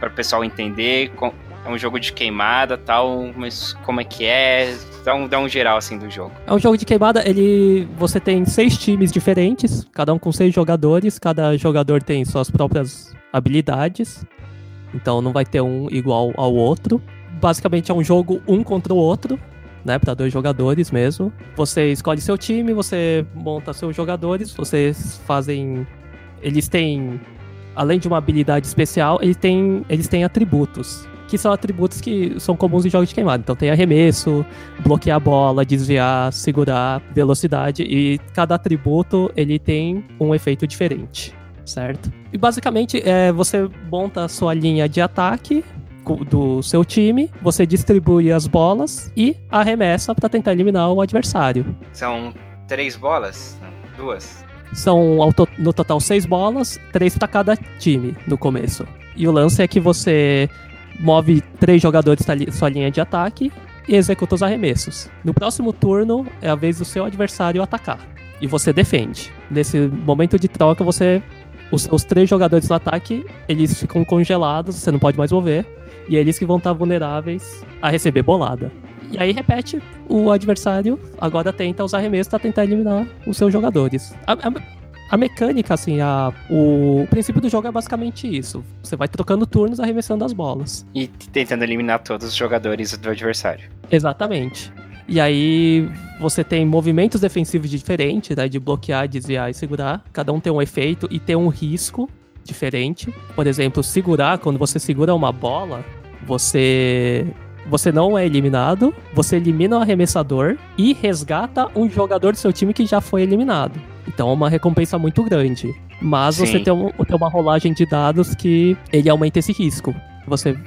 A: para o pessoal entender, com- é um jogo de queimada, tal, mas como é que é, dá um, dá um geral assim do jogo.
C: É um jogo de queimada, ele. Você tem seis times diferentes, cada um com seis jogadores, cada jogador tem suas próprias habilidades. Então não vai ter um igual ao outro. Basicamente é um jogo um contra o outro, né? Pra dois jogadores mesmo. Você escolhe seu time, você monta seus jogadores, vocês fazem. Eles têm. Além de uma habilidade especial, eles têm, eles têm atributos. Que são atributos que são comuns em jogos de queimada. Então tem arremesso, bloquear a bola, desviar, segurar, velocidade e cada atributo ele tem um efeito diferente, certo? E basicamente é, você monta a sua linha de ataque co- do seu time, você distribui as bolas e arremessa para tentar eliminar o adversário.
A: São três bolas, Não, duas.
C: São ao to- no total seis bolas, três para cada time no começo. E o lance é que você move três jogadores da li- sua linha de ataque e executa os arremessos. No próximo turno é a vez do seu adversário atacar e você defende. Nesse momento de troca você os, os três jogadores do ataque eles ficam congelados, você não pode mais mover e é eles que vão estar vulneráveis a receber bolada. E aí repete, o adversário agora tenta os arremessos para tentar eliminar os seus jogadores. A, a- a mecânica, assim, a, o princípio do jogo é basicamente isso. Você vai trocando turnos arremessando as bolas.
A: E t- tentando eliminar todos os jogadores do adversário.
C: Exatamente. E aí você tem movimentos defensivos diferentes, né? De bloquear, desviar e segurar. Cada um tem um efeito e tem um risco diferente. Por exemplo, segurar, quando você segura uma bola, você. Você não é eliminado, você elimina o arremessador e resgata um jogador do seu time que já foi eliminado. Então é uma recompensa muito grande. Mas você
A: Sim.
C: tem, um- tem uma rolagem de dados que ele aumenta esse risco. Você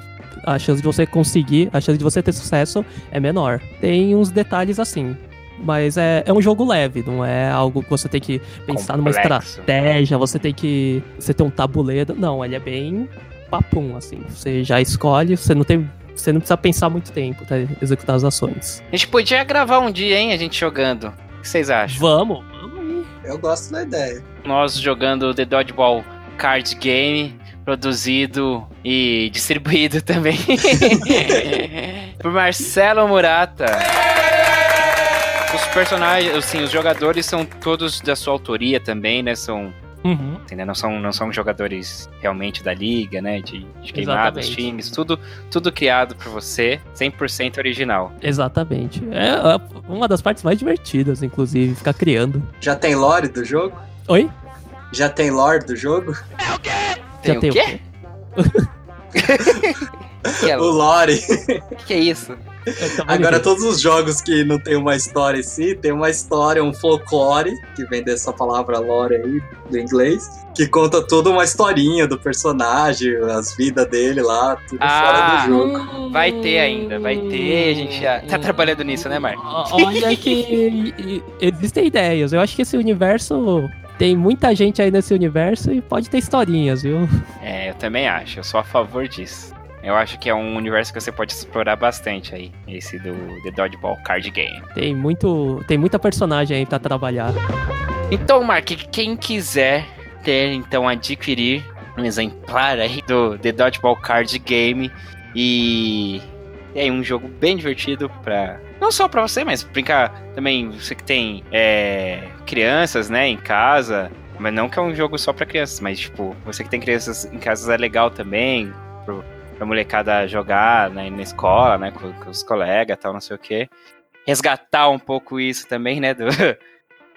C: a chance de você conseguir, a chance de você ter sucesso é menor. Tem uns detalhes assim. Mas é, é um jogo leve, não é algo que você tem que pensar numa
A: Complexo.
C: estratégia, você tem que. Você tem um tabuleiro. Não, ele é bem papum, assim. Você já escolhe, você não tem. Você não precisa pensar muito tempo pra executar as ações.
A: A gente podia gravar um dia, hein, a gente jogando. O que vocês acham?
C: Vamos, vamos aí.
B: Eu gosto da ideia.
A: nós jogando The Dodgeball Card Game, produzido e distribuído também por Marcelo Murata. Os personagens, assim, os jogadores são todos da sua autoria também, né? São
C: Uhum.
A: entendeu? Não são, não são jogadores realmente da liga, né? De, de queimados,
C: Exatamente.
A: times, tudo, tudo criado por você, 100% original.
C: Exatamente. É é uma das partes mais divertidas, inclusive, ficar criando.
B: Já tem lore do jogo?
C: Oi?
B: Já tem lore do jogo?
A: Tem
C: Já
A: o
C: tem o
A: quê? que é,
B: O lore.
A: que é isso?
C: Eu também
B: Agora
C: não
B: todos os jogos que não tem uma história em si, tem uma história, um folclore, que vem dessa palavra lore aí do inglês, que conta toda uma historinha do personagem, as vidas dele lá, tudo
A: Ah,
B: fora do jogo.
A: Vai ter ainda, vai ter. A gente já
C: Hum,
A: tá trabalhando nisso, né, Marco?
C: O- Olha que e- e- existem ideias. Eu acho que esse universo tem muita gente aí nesse universo e pode ter historinhas, viu?
A: É, eu também acho, eu sou a favor disso. Eu acho que é um universo que você pode explorar bastante aí, esse do The Dodgeball Card Game.
C: Tem muito, tem muita personagem aí pra trabalhar.
A: Então, Mark, quem quiser ter, então, adquirir um exemplar aí do The Dodgeball Card Game e é um jogo bem divertido pra... Não só pra você, mas brincar também, você que tem é, crianças, né, em casa, mas não que é um jogo só pra crianças, mas, tipo, você que tem crianças em casa é legal também, pro, pra molecada jogar né, na escola, né, com, com os colegas e tal, não sei o quê. Resgatar um pouco isso também, né, do...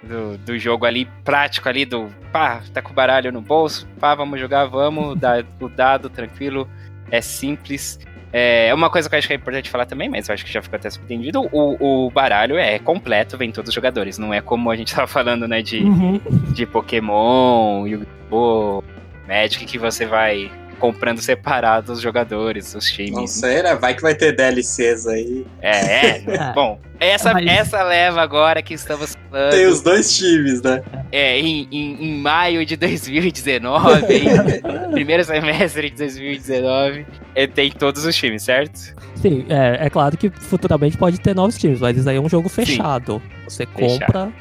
A: do, do jogo ali prático ali do pá, tá com o baralho no bolso, pá, vamos jogar, vamos, dá, o dado tranquilo, é simples. É uma coisa que eu acho que é importante falar também, mas eu acho que já ficou até subentendido, o, o baralho é completo, vem todos os jogadores, não é como a gente tava falando, né, de de Pokémon, Yu-Gi-Oh, Magic que você vai comprando separado os jogadores, os
B: Não
A: times.
B: sei, né? Vai que vai ter DLCs aí.
A: É, é.
C: É.
A: Bom, essa,
C: Mas-
A: essa leva agora que estamos falando
B: Tem os dois times, né?
A: é, em, em, em maio de 2019, ainda, primeiro semestre de 2019, é, tem todos os times, certo?
C: Sim, é, é claro que futuramente pode ter novos times, mas isso aí é um jogo fechado. Você
A: Fechado.
C: compra,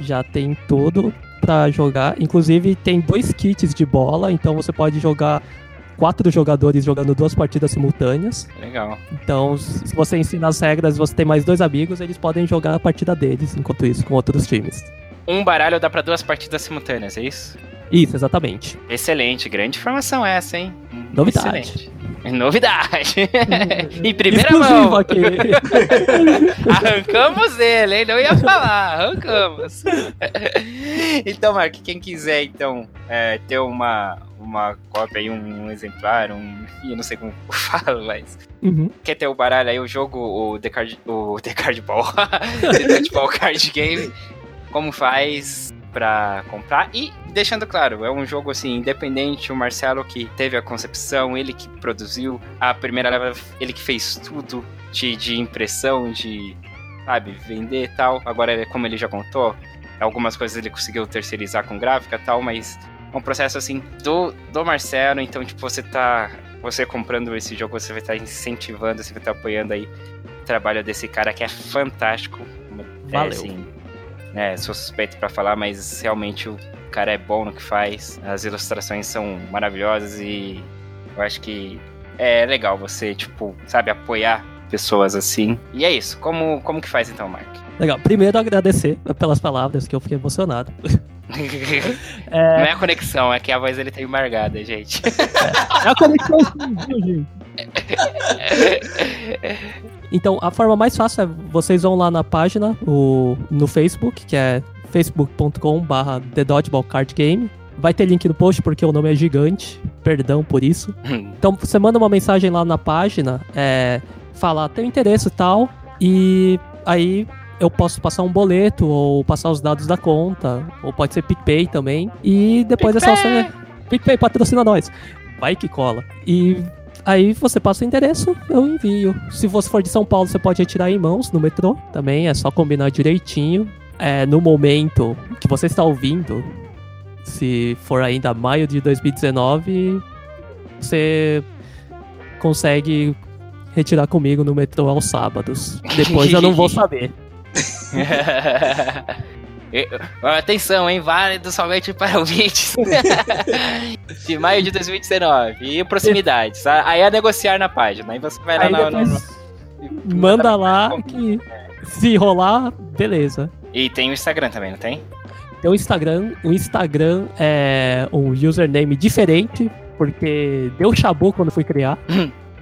C: já tem tudo pra jogar. Inclusive tem dois kits de bola, então você pode jogar quatro jogadores jogando duas partidas simultâneas.
A: Legal.
C: Então, se você ensina as regras, você tem mais dois amigos, eles podem jogar a partida deles, enquanto isso, com outros times.
A: Um baralho dá pra duas partidas simultâneas, é isso?
C: Isso, exatamente.
A: Excelente, grande informação essa, hein?
C: Novidade. Hum.
A: Excelente. Novidade. em primeira
C: Exclusivo
A: mão.
C: aqui.
A: Arrancamos ele, hein? Não ia falar, arrancamos. então, Mark, quem quiser, então, é, ter uma, uma cópia aí, um, exemplar, um. Ih, Eu não sei como eu falo, mas.
C: Uhum.
A: Quer ter o baralho aí, o jogo, o The Card. O The Card Ball. The Card Ball Card Game. Como faz pra comprar? E, deixando claro, é um jogo assim, independente. O Marcelo que teve a concepção, ele que produziu a primeira leva, ele que fez tudo de, de impressão, de, sabe, vender e tal. Agora, ele- como ele já contou, algumas coisas ele conseguiu terceirizar com gráfica e tal, mas é um processo, assim, do, do Marcelo. Então, tipo, você tá... Você comprando esse jogo, você vai estar incentivando, você vai estar apoiando aí o trabalho desse cara que é fantástico.
C: Valeu.
A: É, assim, né, sou suspeito pra falar, mas realmente o cara é bom no que faz. As ilustrações são maravilhosas e eu acho que é legal você, tipo, sabe, apoiar pessoas assim. E é isso. Como, como que faz então, Mark?
C: Legal. Primeiro, agradecer pelas palavras, que eu fiquei emocionado.
A: Não é a conexão, é que a voz dele tá embargada, gente.
C: É a conexão sim, viu, gente? Então, a forma mais fácil é vocês vão lá na página, o, no Facebook, que é facebook.com/barra The Dodgeball Card Game. Vai ter link no post porque o nome é gigante, perdão por isso. Então você manda uma mensagem lá na página, é, falar teu interesse e tal, e aí eu posso passar um boleto ou passar os dados da conta, ou pode ser PicPay também, e depois é só você. PicPay patrocina nós. Vai que cola. E aí você passa o endereço, eu envio. Se você for de São Paulo, você pode retirar em mãos no metrô também, é só combinar direitinho. É, no momento que você está ouvindo, se for ainda maio de 2019, você consegue retirar comigo no metrô aos sábados. Depois eu não vou saber.
A: E- Atenção, hein? Válido somente para ouvintes. de maio de 2019. E proximidades. Aí é negociar na página. Aí você vai lá
C: Aí
A: na. na-
C: depois manda lá que se rolar, beleza.
A: E tem o Instagram também, não tem?
C: ter um Instagram, um Instagram é um username diferente, porque deu chabu quando fui criar.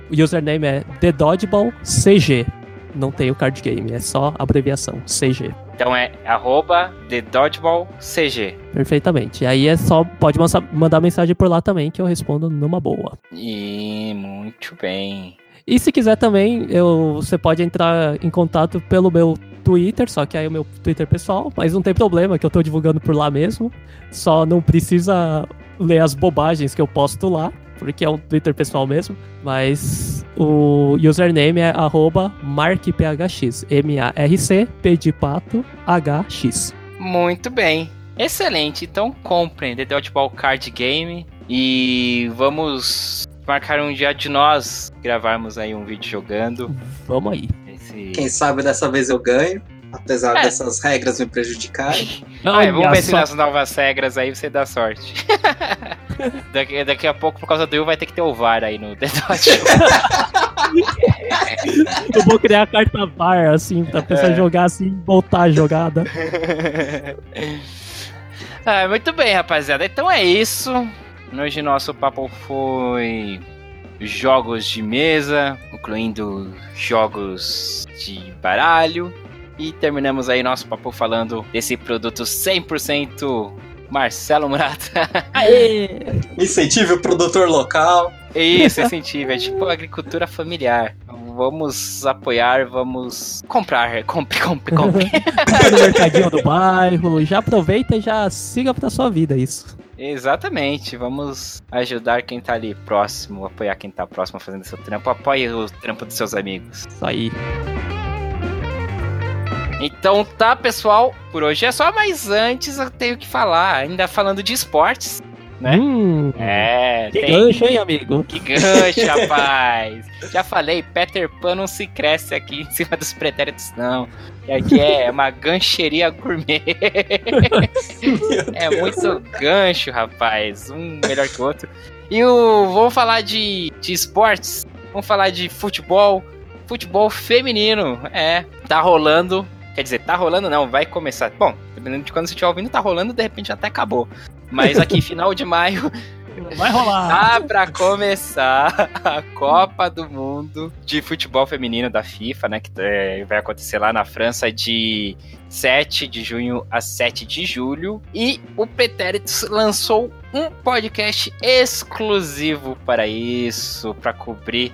C: o username é The Dodgeball CG. Não tem o card game, é só abreviação, CG.
A: Então é arroba The Dodgeball CG.
C: Perfeitamente. Aí é só, pode mansa- mandar mensagem por lá também que eu respondo numa boa.
A: E muito bem.
C: E se quiser também, eu, você pode entrar em contato pelo meu Twitter, só que aí é o meu Twitter pessoal, mas não tem problema, que eu tô divulgando por lá mesmo. Só não precisa ler as bobagens que eu posto lá, porque é um Twitter pessoal mesmo. Mas o username é arroba markphx, M-A-R-C, P de pato, H-X.
A: Muito bem. Excelente. Então comprem The Dodgeball Card Game e vamos marcar um dia de nós gravarmos aí um vídeo jogando.
C: Vamos aí.
A: Esse...
B: Quem sabe dessa vez eu ganho, apesar
A: É.
B: dessas regras me prejudicarem.
A: Ah, vamos
C: Olha
A: ver se
C: só.
A: nas novas regras aí você dá sorte. daqui, daqui a pouco, por causa do Will, vai ter que ter o VAR aí no The Dodgeball.
C: Eu vou criar a carta bar, assim, pra pessoa
A: É.
C: jogar assim, voltar a jogada.
A: ah, muito bem, rapaziada. Então é isso. Hoje nosso papo foi jogos de mesa, incluindo jogos de baralho. E terminamos aí nosso papo falando desse produto 100% Marcelo Murata.
C: Aê!
B: Incentive o produtor local.
A: É Isso, incentivo. É tipo agricultura familiar. Vamos apoiar, vamos comprar. Compre, compre, compre.
C: Vai no mercadinho do bairro, já aproveita e já siga pra sua vida isso.
A: Exatamente. Vamos ajudar quem tá ali próximo, apoiar quem tá próximo fazendo seu trampo. Apoie o trampo dos seus amigos.
C: Isso aí.
A: Então tá, pessoal. Por hoje é só, mas antes eu tenho que falar, ainda falando de esportes. Né?
C: Hum,
A: É,
C: que
A: tem.
C: gancho, hein, amigo?
A: Que gancho, rapaz! Já falei, Peter Pan não se cresce aqui em cima dos pretéritos, não. E aqui é uma gancheria gourmet. é muito gancho, rapaz. Um melhor que o outro. E o, vamos falar de, de esportes, vamos falar de futebol, futebol feminino. É, tá rolando. Quer dizer, tá rolando não, vai começar. Bom, dependendo de quando você estiver ouvindo, tá rolando, de repente até acabou. Mas aqui, final de maio,
C: Vai rolar.
A: Tá pra começar a Copa do Mundo de futebol feminino da FIFA, né? Que eh, vai acontecer lá na França de 7 de junho a 7 de julho. E o Pretéritos lançou um podcast exclusivo para isso, pra cobrir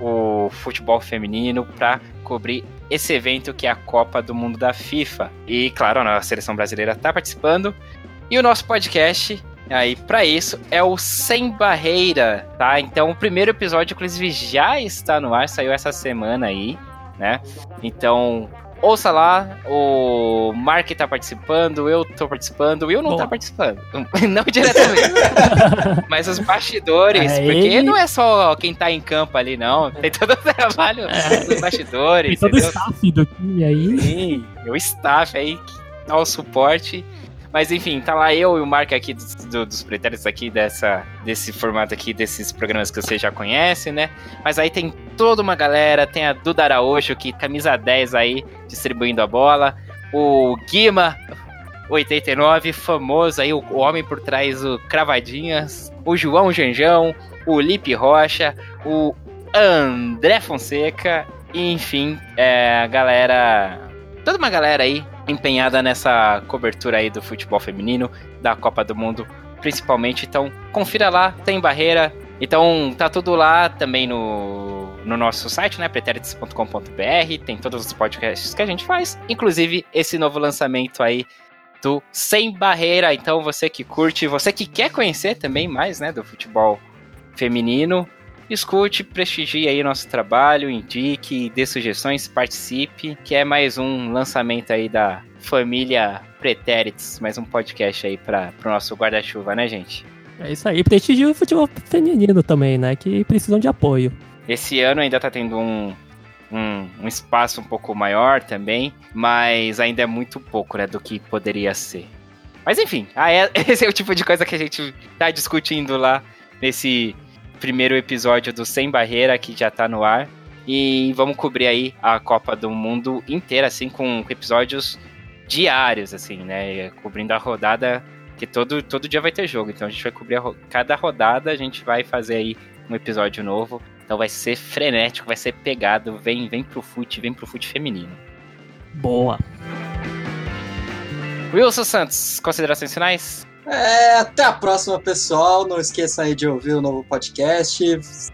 A: o futebol feminino, pra cobrir esse evento que é a Copa do Mundo da FIFA. E claro, a seleção brasileira tá participando. E o nosso podcast Aí, pra isso, é o Sem Barreira, tá? Então, o primeiro episódio, inclusive, já está no ar, saiu essa semana aí, né? Então, ouça lá, o Mark tá participando, eu tô participando, o Will não
C: Boa.
A: tá participando. Não diretamente. mas os bastidores,
C: Aí.
A: porque não é só quem tá em campo ali, não. Tem todo o trabalho dos
C: Tem
A: bastidores,
C: todo o
A: entendeu?
C: staff do time aí.
A: Sim, o staff aí que dá o suporte. Mas enfim, tá lá eu e o Mark aqui dos, do- dos pretéritos aqui, dessa, desse formato aqui, desses programas que você já conhece, né? Mas aí tem toda uma galera, tem a Duda Araújo, que camisa 10 aí, distribuindo a bola. O Guima, 89, famoso aí, o, o homem por trás do Cravadinhas. O João Janjão, o Lipe Rocha, o André Fonseca enfim, é, a galera. Toda uma galera aí empenhada nessa cobertura aí do futebol feminino, da Copa do Mundo, principalmente. Então, confira lá, tem barreira. Então, tá tudo lá também no, no nosso site, né? pretérites.com.br. Tem todos os podcasts que a gente faz, inclusive esse novo lançamento aí do Sem Barreira. Então, você que curte, você que quer conhecer também mais, né, do futebol feminino, Escute, prestigie aí nosso trabalho, indique, dê sugestões, participe, que é mais um lançamento aí da família Pretéritos, mais um podcast aí para pro nosso guarda-chuva, né, gente?
C: É isso aí. Prestigio o futebol feminino também, né? Que precisam de apoio.
A: Esse ano ainda tá tendo um, um, um espaço um pouco maior também, mas ainda é muito pouco, né, do que poderia ser. Mas enfim, ah, é- esse é o tipo de coisa que a gente tá discutindo lá nesse primeiro episódio do Sem Barreira, que já tá no ar. E vamos cobrir aí a Copa do Mundo inteira, assim, com episódios diários, assim, né? Cobrindo a rodada, que todo, todo dia vai ter jogo. Então a gente vai cobrir a ro- cada rodada, a gente vai fazer aí um episódio novo. Então vai ser frenético, vai ser pegado. Vem, vem pro fute, vem pro fute feminino.
C: Boa.
A: Wilson Santos, considerações finais?
B: É, até a próxima, pessoal. Não esqueçam aí de ouvir o novo podcast.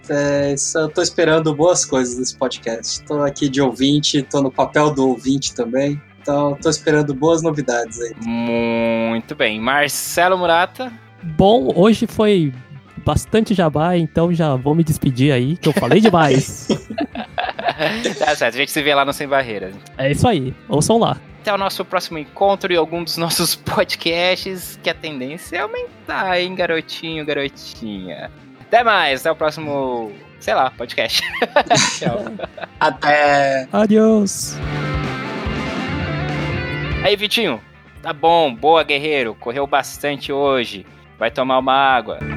B: É, só- eu tô esperando boas coisas desse podcast. Tô aqui de ouvinte, tô no papel do ouvinte também. Então, tô esperando boas novidades aí.
A: Muito bem. Marcelo Murata.
C: Bom, hoje foi bastante jabá, então já vou me despedir aí, que eu falei demais.
A: tá certo, a gente se vê lá no Sem Barreiras.
C: é isso aí, ouçam lá.
A: Até o nosso próximo encontro e algum dos nossos podcasts, que a tendência é aumentar, hein, garotinho, garotinha. Até mais, até o próximo, sei lá, podcast. Tchau.
B: Até!
C: Adiós.
A: Aí, Vitinho, tá bom, boa, guerreiro, correu bastante hoje. Vai tomar uma água.